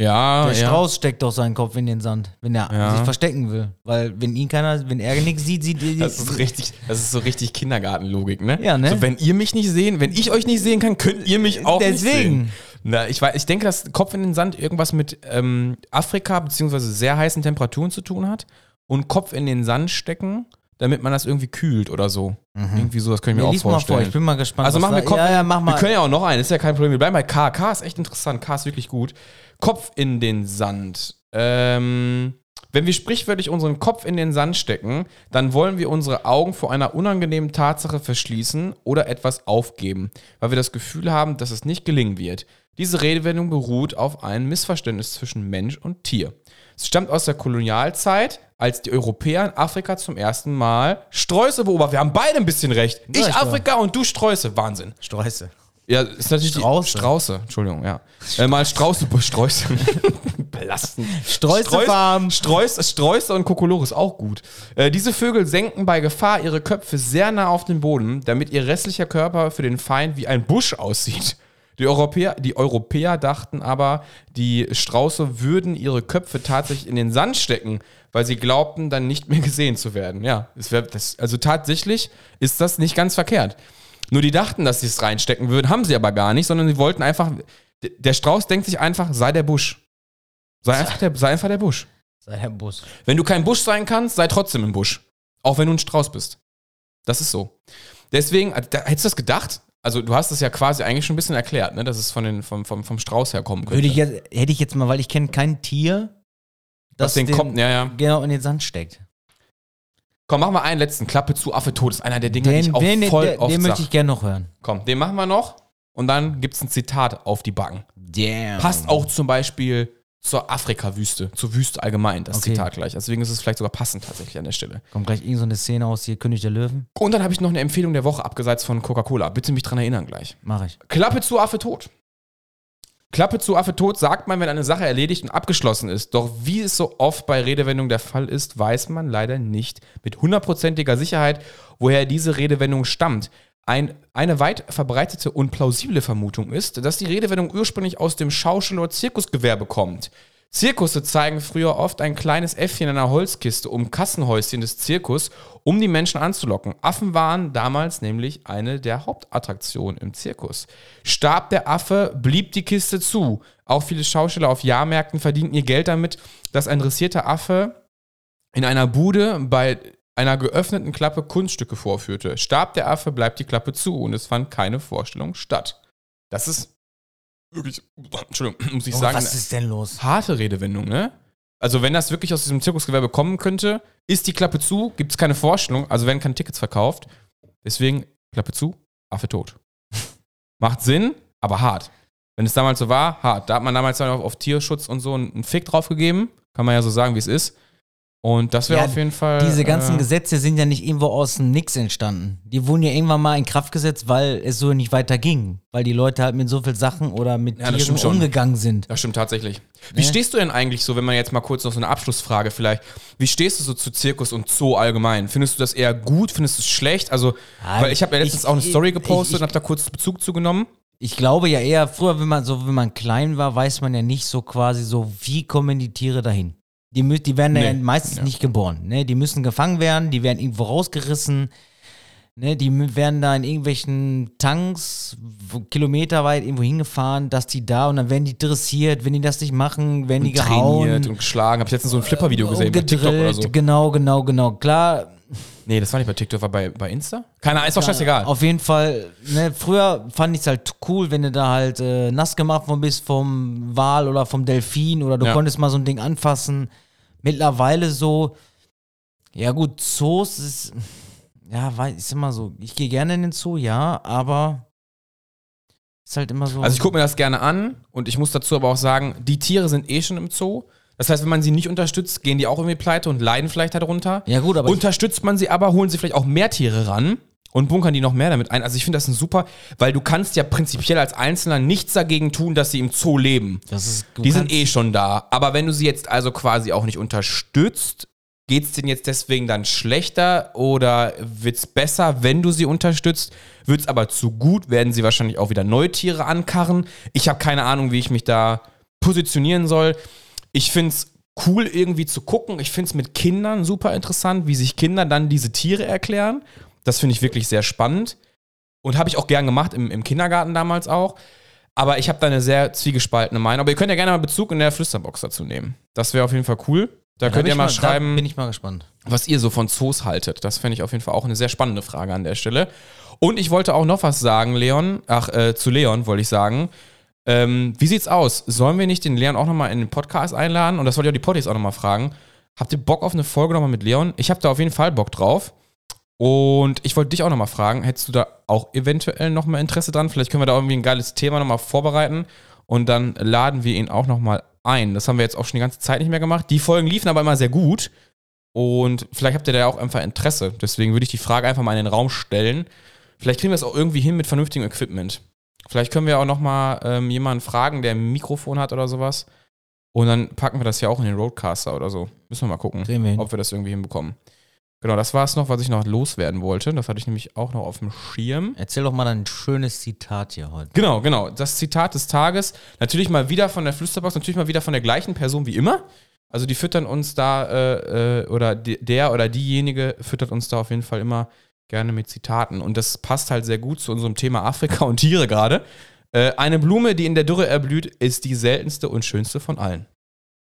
Speaker 1: ja,
Speaker 2: Der
Speaker 1: ja.
Speaker 2: Strauß steckt doch seinen Kopf in den Sand, wenn er
Speaker 1: Ja.
Speaker 2: sich verstecken will. Weil wenn ihn keiner, wenn er nichts sieht, sieht er
Speaker 1: Das ist richtig, das ist so richtig Kindergartenlogik, ne?
Speaker 2: Ja, ne?
Speaker 1: So, wenn ihr mich nicht sehen, wenn ich euch nicht sehen kann, könnt ihr mich auch
Speaker 2: Deswegen.
Speaker 1: nicht sehen. Na, ich, weiß, ich denke, dass Kopf in den Sand irgendwas mit ähm, Afrika bzw. sehr heißen Temperaturen zu tun hat und Kopf in den Sand stecken, damit man das irgendwie kühlt oder so. Irgendwie so, das könnte ich mir
Speaker 2: Ja,
Speaker 1: auch
Speaker 2: Mhm. lies mal
Speaker 1: vorstellen.
Speaker 2: vor, ich bin mal gespannt.
Speaker 1: Also
Speaker 2: was
Speaker 1: machen wir
Speaker 2: da-
Speaker 1: Kopf.
Speaker 2: Ja, ja, mach mal.
Speaker 1: Wir können ja auch noch einen, ist ja kein Problem. Wir bleiben bei K. K ist echt interessant. K ist wirklich gut. Kopf in den Sand. Ähm, wenn wir sprichwörtlich unseren Kopf in den Sand stecken, dann wollen wir unsere Augen vor einer unangenehmen Tatsache verschließen oder etwas aufgeben, weil wir das Gefühl haben, dass es nicht gelingen wird. Diese Redewendung beruht auf einem Missverständnis zwischen Mensch und Tier. Es stammt aus der Kolonialzeit, als die Europäer in Afrika zum ersten Mal Sträuße beobachten. Wir haben beide ein bisschen recht. Ich
Speaker 2: ich glaub.
Speaker 1: Afrika und du Sträuße. Wahnsinn.
Speaker 2: Sträuße.
Speaker 1: Ja, ist natürlich
Speaker 2: Strauße.
Speaker 1: die Strauße, Entschuldigung, ja. Äh, mal Strauße, Streuße. Belastend.
Speaker 2: Streußefarm.
Speaker 1: Streuße, Streuße und Kokolores auch gut. Äh, diese Vögel senken bei Gefahr ihre Köpfe sehr nah auf den Boden, damit ihr restlicher Körper für den Feind wie ein Busch aussieht. Die Europäer, die Europäer dachten aber, die Strauße würden ihre Köpfe tatsächlich in den Sand stecken, weil sie glaubten, dann nicht mehr gesehen zu werden. Ja, es wär, das, also tatsächlich ist das nicht ganz verkehrt. Nur die dachten, dass sie es reinstecken würden, haben sie aber gar nicht, sondern sie wollten einfach. d- Der Strauß denkt sich einfach, sei der Busch. Sei einfach der, sei einfach der Busch.
Speaker 2: Sei der Bus.
Speaker 1: Wenn du kein Busch sein kannst, sei trotzdem ein Busch. Auch wenn du ein Strauß bist. Das ist so. Deswegen, äh, da, hättest du das gedacht? Also du hast es ja quasi eigentlich schon ein bisschen erklärt, ne? dass es von den, vom, vom, vom Strauß herkommen könnte.
Speaker 2: Würde ich jetzt, hätte ich jetzt mal, weil ich kenne kein Tier,
Speaker 1: Was den Kopf, ja, ja.
Speaker 2: genau in den Sand steckt.
Speaker 1: Komm, machen wir einen letzten. Klappe zu, Affe tot. Ist einer der Dinger, die ich auch
Speaker 2: den,
Speaker 1: voll
Speaker 2: den,
Speaker 1: oft
Speaker 2: den möchte
Speaker 1: sag.
Speaker 2: ich gerne noch hören.
Speaker 1: Komm, den machen wir noch. Und dann gibt's ein Zitat auf die Backen.
Speaker 2: Damn.
Speaker 1: Passt auch zum Beispiel zur Afrika-Wüste, zur Wüste allgemein, das
Speaker 2: Okay.
Speaker 1: Zitat gleich. Deswegen ist es vielleicht sogar passend tatsächlich an der Stelle.
Speaker 2: Kommt gleich irgend so eine Szene aus hier, König der Löwen?
Speaker 1: Und dann habe ich noch eine Empfehlung der Woche, abgesehen von Coca-Cola. Bitte mich dran erinnern gleich.
Speaker 2: Mache ich.
Speaker 1: Klappe zu, Affe tot. Klappe zu, Affe tot sagt man, wenn eine Sache erledigt und abgeschlossen ist. Doch wie es so oft bei Redewendungen der Fall ist, weiß man leider nicht mit hundertprozentiger Sicherheit, woher diese Redewendung stammt. Ein, eine weit verbreitete und plausible Vermutung ist, dass die Redewendung ursprünglich aus dem Schauspiel- oder Zirkusgewerbe kommt. Zirkusse zeigen früher oft ein kleines Äffchen in einer Holzkiste um Kassenhäuschen des Zirkus, um die Menschen anzulocken. Affen waren damals nämlich eine der Hauptattraktionen im Zirkus. Starb der Affe, blieb die Kiste zu. Auch viele Schausteller auf Jahrmärkten verdienten ihr Geld damit, dass ein dressierter Affe in einer Bude bei einer geöffneten Klappe Kunststücke vorführte. Starb der Affe, bleibt die Klappe zu und es fand keine Vorstellung statt. Das ist wirklich, Entschuldigung, muss ich ne-
Speaker 2: Oh,
Speaker 1: sagen,
Speaker 2: was ist denn los?
Speaker 1: harte Redewendung, ne? Also wenn das wirklich aus diesem Zirkusgewerbe kommen könnte, ist die Klappe zu, gibt es keine Vorstellung, also werden keine Tickets verkauft. Deswegen Klappe zu, Affe tot. Macht Sinn, aber hart. Wenn es damals so war, hart. Da hat man damals dann auch auf Tierschutz und so einen Fick drauf gegeben. Kann man ja so sagen, wie es ist. Und das wäre
Speaker 2: Ja,
Speaker 1: auf jeden Fall.
Speaker 2: Diese ganzen
Speaker 1: äh,
Speaker 2: Gesetze sind ja nicht irgendwo aus dem Nix entstanden. Die wurden ja irgendwann mal in Kraft gesetzt, weil es so nicht weiter ging. Weil die Leute halt mit so viel Sachen oder mit
Speaker 1: Ja, das
Speaker 2: Tieren
Speaker 1: stimmt schon.
Speaker 2: umgegangen sind.
Speaker 1: Das stimmt tatsächlich. Wie stehst du denn eigentlich so, wenn man jetzt mal kurz noch so eine Abschlussfrage vielleicht, wie stehst du so zu Zirkus und Zoo allgemein? Findest du das eher gut? Findest du es schlecht? Also,
Speaker 2: Ah,
Speaker 1: weil ich habe ja letztens
Speaker 2: ich-
Speaker 1: auch eine Story
Speaker 2: ich-
Speaker 1: gepostet
Speaker 2: ich-
Speaker 1: und habe da kurz Bezug zugenommen.
Speaker 2: Ich glaube ja eher, früher, wenn man so, wenn man klein war, weiß man ja nicht so quasi so, wie kommen die Tiere dahin. Die, mü- die werden ja
Speaker 1: Nee,
Speaker 2: meistens
Speaker 1: ja.
Speaker 2: nicht geboren. Ne? Die müssen gefangen werden, die werden irgendwo rausgerissen. Ne? Die mü- werden da in irgendwelchen Tanks wo- kilometerweit irgendwo hingefahren, dass die da und dann werden die dressiert. Wenn die das nicht machen, werden die gehauen.
Speaker 1: und geschlagen. Habe ich letztens so ein Flipper-Video gesehen bei TikTok oder so.
Speaker 2: umgedrillt. Genau, genau, genau. Klar,
Speaker 1: Nee, das war nicht bei TikTok, war bei, bei Insta? Keine Ahnung, ist doch scheißegal.
Speaker 2: Auf jeden Fall, ne, früher fand ich es halt cool, wenn du da halt äh, nass gemacht worden bist vom Wal oder vom Delfin oder du
Speaker 1: Ja.
Speaker 2: konntest mal so ein Ding anfassen. Mittlerweile so, ja gut, Zoos ist, ja, wei- ist immer so, ich gehe gerne in den Zoo, ja, aber ist halt immer so.
Speaker 1: Also ich gucke mir das gerne an und ich muss dazu aber auch sagen, die Tiere sind eh schon im Zoo. Das heißt, wenn man sie nicht unterstützt, gehen die auch irgendwie pleite und leiden vielleicht darunter.
Speaker 2: Ja gut, aber ich-
Speaker 1: unterstützt man sie aber, holen sie vielleicht auch mehr Tiere ran und bunkern die noch mehr damit ein. Also ich finde das ein super, weil du kannst ja prinzipiell als Einzelner nichts dagegen tun, dass sie im Zoo leben.
Speaker 2: das ist, du
Speaker 1: Die sind
Speaker 2: kannst-
Speaker 1: eh schon da. Aber wenn du sie jetzt also quasi auch nicht unterstützt, geht's denen jetzt deswegen dann schlechter oder wird's besser, wenn du sie unterstützt? Wird's aber zu gut, werden sie wahrscheinlich auch wieder Neutiere ankarren. Ich habe keine Ahnung, wie ich mich da positionieren soll. Ich find's cool irgendwie zu gucken. Ich find's mit Kindern super interessant, wie sich Kinder dann diese Tiere erklären. Das finde ich wirklich sehr spannend und habe ich auch gern gemacht im, im Kindergarten damals auch. Aber ich habe da eine sehr zwiegespaltene Meinung. Aber ihr könnt ja gerne mal Bezug in der Flüsterbox dazu nehmen. Das wäre auf jeden Fall cool. Da
Speaker 2: da
Speaker 1: könnt
Speaker 2: bin
Speaker 1: ihr
Speaker 2: ich
Speaker 1: mal
Speaker 2: da
Speaker 1: schreiben,
Speaker 2: Bin ich mal gespannt.
Speaker 1: was ihr so von Zoos haltet. Das fände ich auf jeden Fall auch eine sehr spannende Frage an der Stelle. Und ich wollte auch noch was sagen, Leon. Ach, äh, zu Leon wollte ich sagen. Ähm, wie sieht's aus? Sollen wir nicht den Leon auch nochmal in den Podcast einladen? Und das wollte ich auch die Potties auch nochmal fragen. Habt ihr Bock auf eine Folge nochmal mit Leon? Ich habe da auf jeden Fall Bock drauf. Und ich wollte dich auch nochmal fragen, hättest du da auch eventuell nochmal Interesse dran? Vielleicht können wir da irgendwie ein geiles Thema nochmal vorbereiten und dann laden wir ihn auch nochmal ein. Das haben wir jetzt auch schon die ganze Zeit nicht mehr gemacht. Die Folgen liefen aber immer sehr gut und vielleicht habt ihr da ja auch einfach Interesse. Deswegen würde ich die Frage einfach mal in den Raum stellen. Vielleicht kriegen wir es auch irgendwie hin mit vernünftigem Equipment. Vielleicht können wir auch nochmal ähm, jemanden fragen, der ein Mikrofon hat oder sowas. Und dann packen wir das ja auch in den Roadcaster oder so. Müssen wir mal gucken
Speaker 2: Drehen wir hin.
Speaker 1: ob wir das irgendwie hinbekommen. Genau, das war es noch, was ich noch loswerden wollte. Das hatte ich nämlich auch noch auf dem Schirm.
Speaker 2: Erzähl doch mal dein schönes Zitat hier heute.
Speaker 1: Genau, genau. Das Zitat des Tages. Natürlich mal wieder von der Flüsterbox, natürlich mal wieder von der gleichen Person wie immer. Also die füttern uns da, äh, äh, oder die, der oder diejenige füttert uns da auf jeden Fall immer gerne mit Zitaten. Und das passt halt sehr gut zu unserem Thema Afrika und Tiere gerade. Äh, eine Blume, die in der Dürre erblüht, ist die seltenste und schönste von allen.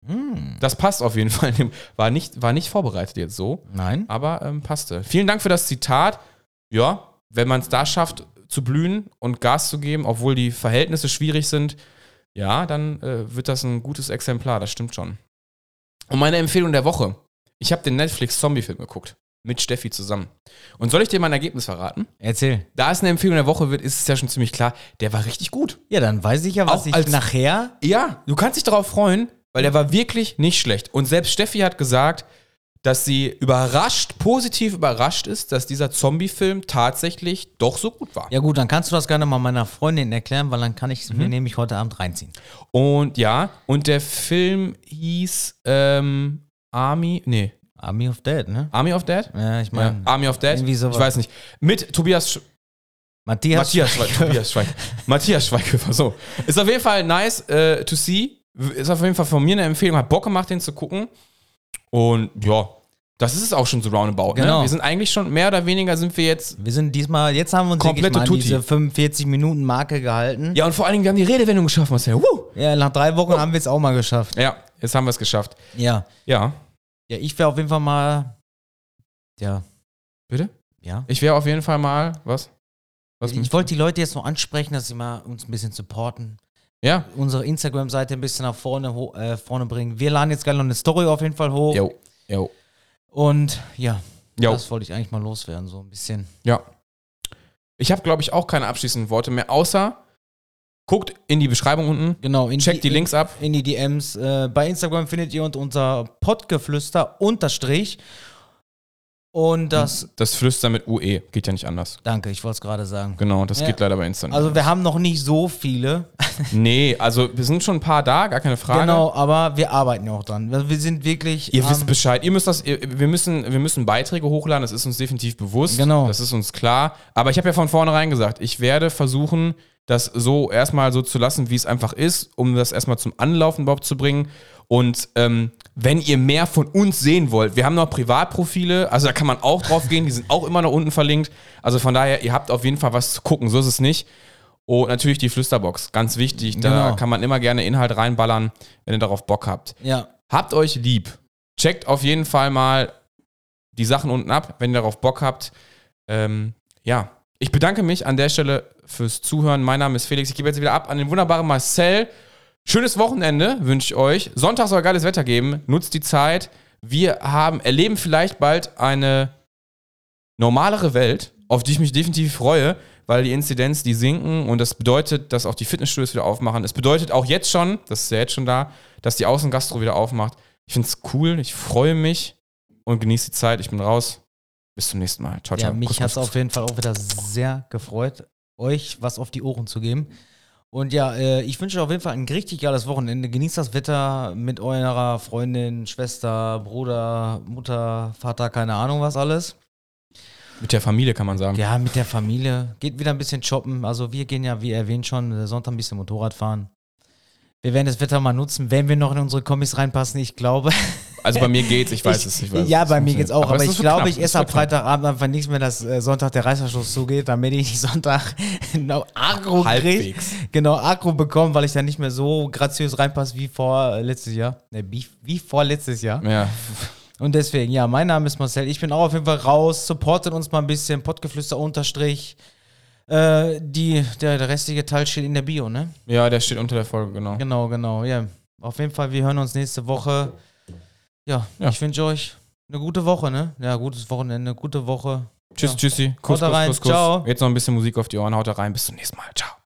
Speaker 2: Hm.
Speaker 1: Das passt auf jeden Fall. War nicht, war nicht vorbereitet jetzt so.
Speaker 2: Nein?
Speaker 1: aber ähm, passte. Vielen Dank für das Zitat. ja, wenn man es da schafft, zu blühen und Gas zu geben, obwohl die Verhältnisse schwierig sind, ja, dann äh, wird das ein gutes Exemplar, das stimmt schon. Und meine Empfehlung der Woche. Ich habe den Netflix-Zombie-Film geguckt. Mit Steffi zusammen. Und soll ich dir mein Ergebnis verraten?
Speaker 2: Erzähl.
Speaker 1: Da es eine Empfehlung der Woche wird, ist es ja schon ziemlich klar, der war richtig gut.
Speaker 2: Ja, dann weiß ich ja, was
Speaker 1: Auch
Speaker 2: ich
Speaker 1: als-
Speaker 2: nachher.
Speaker 1: Ja, du kannst dich darauf freuen, weil der war wirklich nicht schlecht. Und selbst Steffi hat gesagt, dass sie überrascht, positiv überrascht ist, dass dieser Zombie-Film tatsächlich doch so gut war.
Speaker 2: Ja, gut, dann kannst du das gerne mal meiner Freundin erklären, weil dann kann
Speaker 1: Mhm.
Speaker 2: ich es mir nämlich heute Abend reinziehen.
Speaker 1: Und ja, und der Film hieß ähm, Army, nee,
Speaker 2: Army of Dead, ne?
Speaker 1: Army of Dead?
Speaker 2: Ja, ich
Speaker 1: Ja, Ah,
Speaker 2: meine,
Speaker 1: Army of Dead?
Speaker 2: irgendwie
Speaker 1: Ich
Speaker 2: sowas.
Speaker 1: weiß nicht. Mit Tobias, Sch
Speaker 2: Matthias.
Speaker 1: Matthias, Schweig Tobias Schweig Matthias Schweighöfer, so. Ist auf jeden Fall nice äh, to see. W- Ist auf jeden Fall von mir eine Empfehlung. Hat Bock gemacht, den zu gucken. Und ja, das ist es auch schon so roundabout.
Speaker 2: Genau.
Speaker 1: Ne? Wir sind eigentlich schon, mehr oder weniger sind wir jetzt.
Speaker 2: Wir sind diesmal, jetzt haben wir uns
Speaker 1: Komplette
Speaker 2: wirklich mal an
Speaker 1: Tutti.
Speaker 2: diese 45 Minuten Marke gehalten.
Speaker 1: Ja, und vor allen Dingen, wir haben die Redewendung geschafft, Marcel. Woo!
Speaker 2: Ja, nach drei Wochen haben wir es auch mal geschafft.
Speaker 1: Ja, jetzt haben wir es geschafft.
Speaker 2: Ja.
Speaker 1: Ja,
Speaker 2: Ja, ich wäre auf jeden Fall mal. Ja,
Speaker 1: bitte?
Speaker 2: ja.
Speaker 1: Ich wäre auf jeden Fall mal, was? was
Speaker 2: Ich wollte die Leute jetzt nur ansprechen, dass sie mal uns ein bisschen supporten.
Speaker 1: ja,
Speaker 2: Unsere Instagram-Seite ein bisschen nach vorne, ho- äh, vorne bringen. Wir laden jetzt gleich noch eine Story auf jeden Fall hoch.
Speaker 1: jo, jo,
Speaker 2: Und ja,
Speaker 1: jo.
Speaker 2: das wollte ich eigentlich mal loswerden, so ein bisschen.
Speaker 1: Ja. Ich habe, glaube ich, auch keine abschließenden Worte mehr, außer guckt in die Beschreibung unten,
Speaker 2: Genau. In
Speaker 1: checkt die Links ab.
Speaker 2: in die DMs. Äh, bei Instagram findet ihr uns unter Podgeflüster unterstrich. Und das,
Speaker 1: Das Flüstern mit UE geht ja nicht anders.
Speaker 2: danke, ich wollte es gerade sagen.
Speaker 1: Genau, das
Speaker 2: Ja.
Speaker 1: geht leider bei Insta nicht.
Speaker 2: Also wir haben noch nicht so viele,
Speaker 1: nee, also wir sind schon ein paar da, gar keine Frage.
Speaker 2: genau, aber wir arbeiten ja auch dran. Wir wir sind wirklich.
Speaker 1: Ihr
Speaker 2: am-
Speaker 1: wisst Bescheid. Ihr müsst das, ihr, wir, müssen, wir müssen Beiträge hochladen, das ist uns definitiv bewusst.
Speaker 2: Genau.
Speaker 1: Das ist uns klar. Aber ich habe ja von vornherein gesagt, ich werde versuchen, das so erstmal so zu lassen, wie es einfach ist, um das erstmal zum Anlaufen überhaupt zu bringen. Und ähm, wenn ihr mehr von uns sehen wollt, wir haben noch Privatprofile, also da kann man auch drauf gehen, die sind auch immer noch unten verlinkt. Also von daher, ihr habt auf jeden Fall was zu gucken, so ist es nicht. Und natürlich die Flüsterbox, ganz wichtig, da
Speaker 2: Genau.
Speaker 1: kann man immer gerne Inhalt reinballern, wenn ihr darauf Bock habt.
Speaker 2: Ja,
Speaker 1: Habt euch lieb. Checkt auf jeden Fall mal die Sachen unten ab, wenn ihr darauf Bock habt. Ähm, ja, ich bedanke mich an der Stelle fürs Zuhören. Mein Name ist Felix. Ich gebe jetzt wieder ab an den wunderbaren Marcel. Schönes Wochenende wünsche ich euch. Sonntag soll geiles Wetter geben. Nutzt die Zeit. Wir haben, erleben vielleicht bald eine normalere Welt, auf die ich mich definitiv freue, weil die Inzidenz, die sinken und das bedeutet, dass auch die Fitnessstudios wieder aufmachen. Es bedeutet auch jetzt schon, das ist ja jetzt schon da, dass die Außengastro wieder aufmacht. Ich finde es cool, ich freue mich und genieße die Zeit. Ich bin raus. Bis zum nächsten Mal. Ciao, ciao.
Speaker 2: ja mich
Speaker 1: Kuss,
Speaker 2: hat es
Speaker 1: Kuss,
Speaker 2: auf jeden Fall auch wieder sehr gefreut, euch was auf die Ohren zu geben. Und ja, äh, ich wünsche euch auf jeden Fall ein richtig geiles Wochenende. Genießt das Wetter mit eurer Freundin, Schwester, Bruder, Mutter, Vater, keine Ahnung was alles.
Speaker 1: Mit der Familie kann man sagen.
Speaker 2: Ja, mit der Familie. Geht wieder ein bisschen shoppen. Also wir gehen ja, wie erwähnt schon, äh, Sonntag ein bisschen Motorrad fahren. Wir werden das Wetter mal nutzen, wenn wir noch in unsere Kombis reinpassen. Ich glaube.
Speaker 1: Also bei mir geht's, ich weiß es. Ich weiß,
Speaker 2: ja,
Speaker 1: es.
Speaker 2: bei mir geht's auch. Aber,
Speaker 1: es
Speaker 2: ich
Speaker 1: ist so
Speaker 2: glaube,
Speaker 1: knapp,
Speaker 2: ich
Speaker 1: es ist
Speaker 2: esse
Speaker 1: so
Speaker 2: ab
Speaker 1: knapp.
Speaker 2: Freitagabend einfach nichts mehr, dass äh, Sonntag der Reißverschluss zugeht, damit ich nicht Sonntag genau Agro krieg.
Speaker 1: Halbwegs.
Speaker 2: Genau, Agro bekomme, weil ich da nicht mehr so graziös reinpasse wie vor äh, letztes Jahr. Ne, wie, wie vor letztes Jahr.
Speaker 1: Ja,
Speaker 2: Und deswegen, ja, mein Name ist Marcel. Ich bin auch auf jeden Fall raus. Supportet uns mal ein bisschen. Pottgeflüster unterstrich. Äh, die, der, der restliche Teil steht in der Bio, ne?
Speaker 1: ja, der steht unter der Folge, genau.
Speaker 2: Genau, genau. Ja, auf jeden Fall, wir hören uns nächste Woche. Ja,
Speaker 1: Ja.
Speaker 2: ich wünsche euch eine gute Woche, ne? Ja, gutes Wochenende, gute Woche.
Speaker 1: Tschüss,
Speaker 2: Ja.
Speaker 1: tschüssi. Kuss,
Speaker 2: Haut da
Speaker 1: Kuss,
Speaker 2: rein.
Speaker 1: Kuss, Kuss.
Speaker 2: Ciao.
Speaker 1: Jetzt noch ein bisschen Musik auf die Ohren. Haut da rein. Bis zum nächsten Mal. Ciao.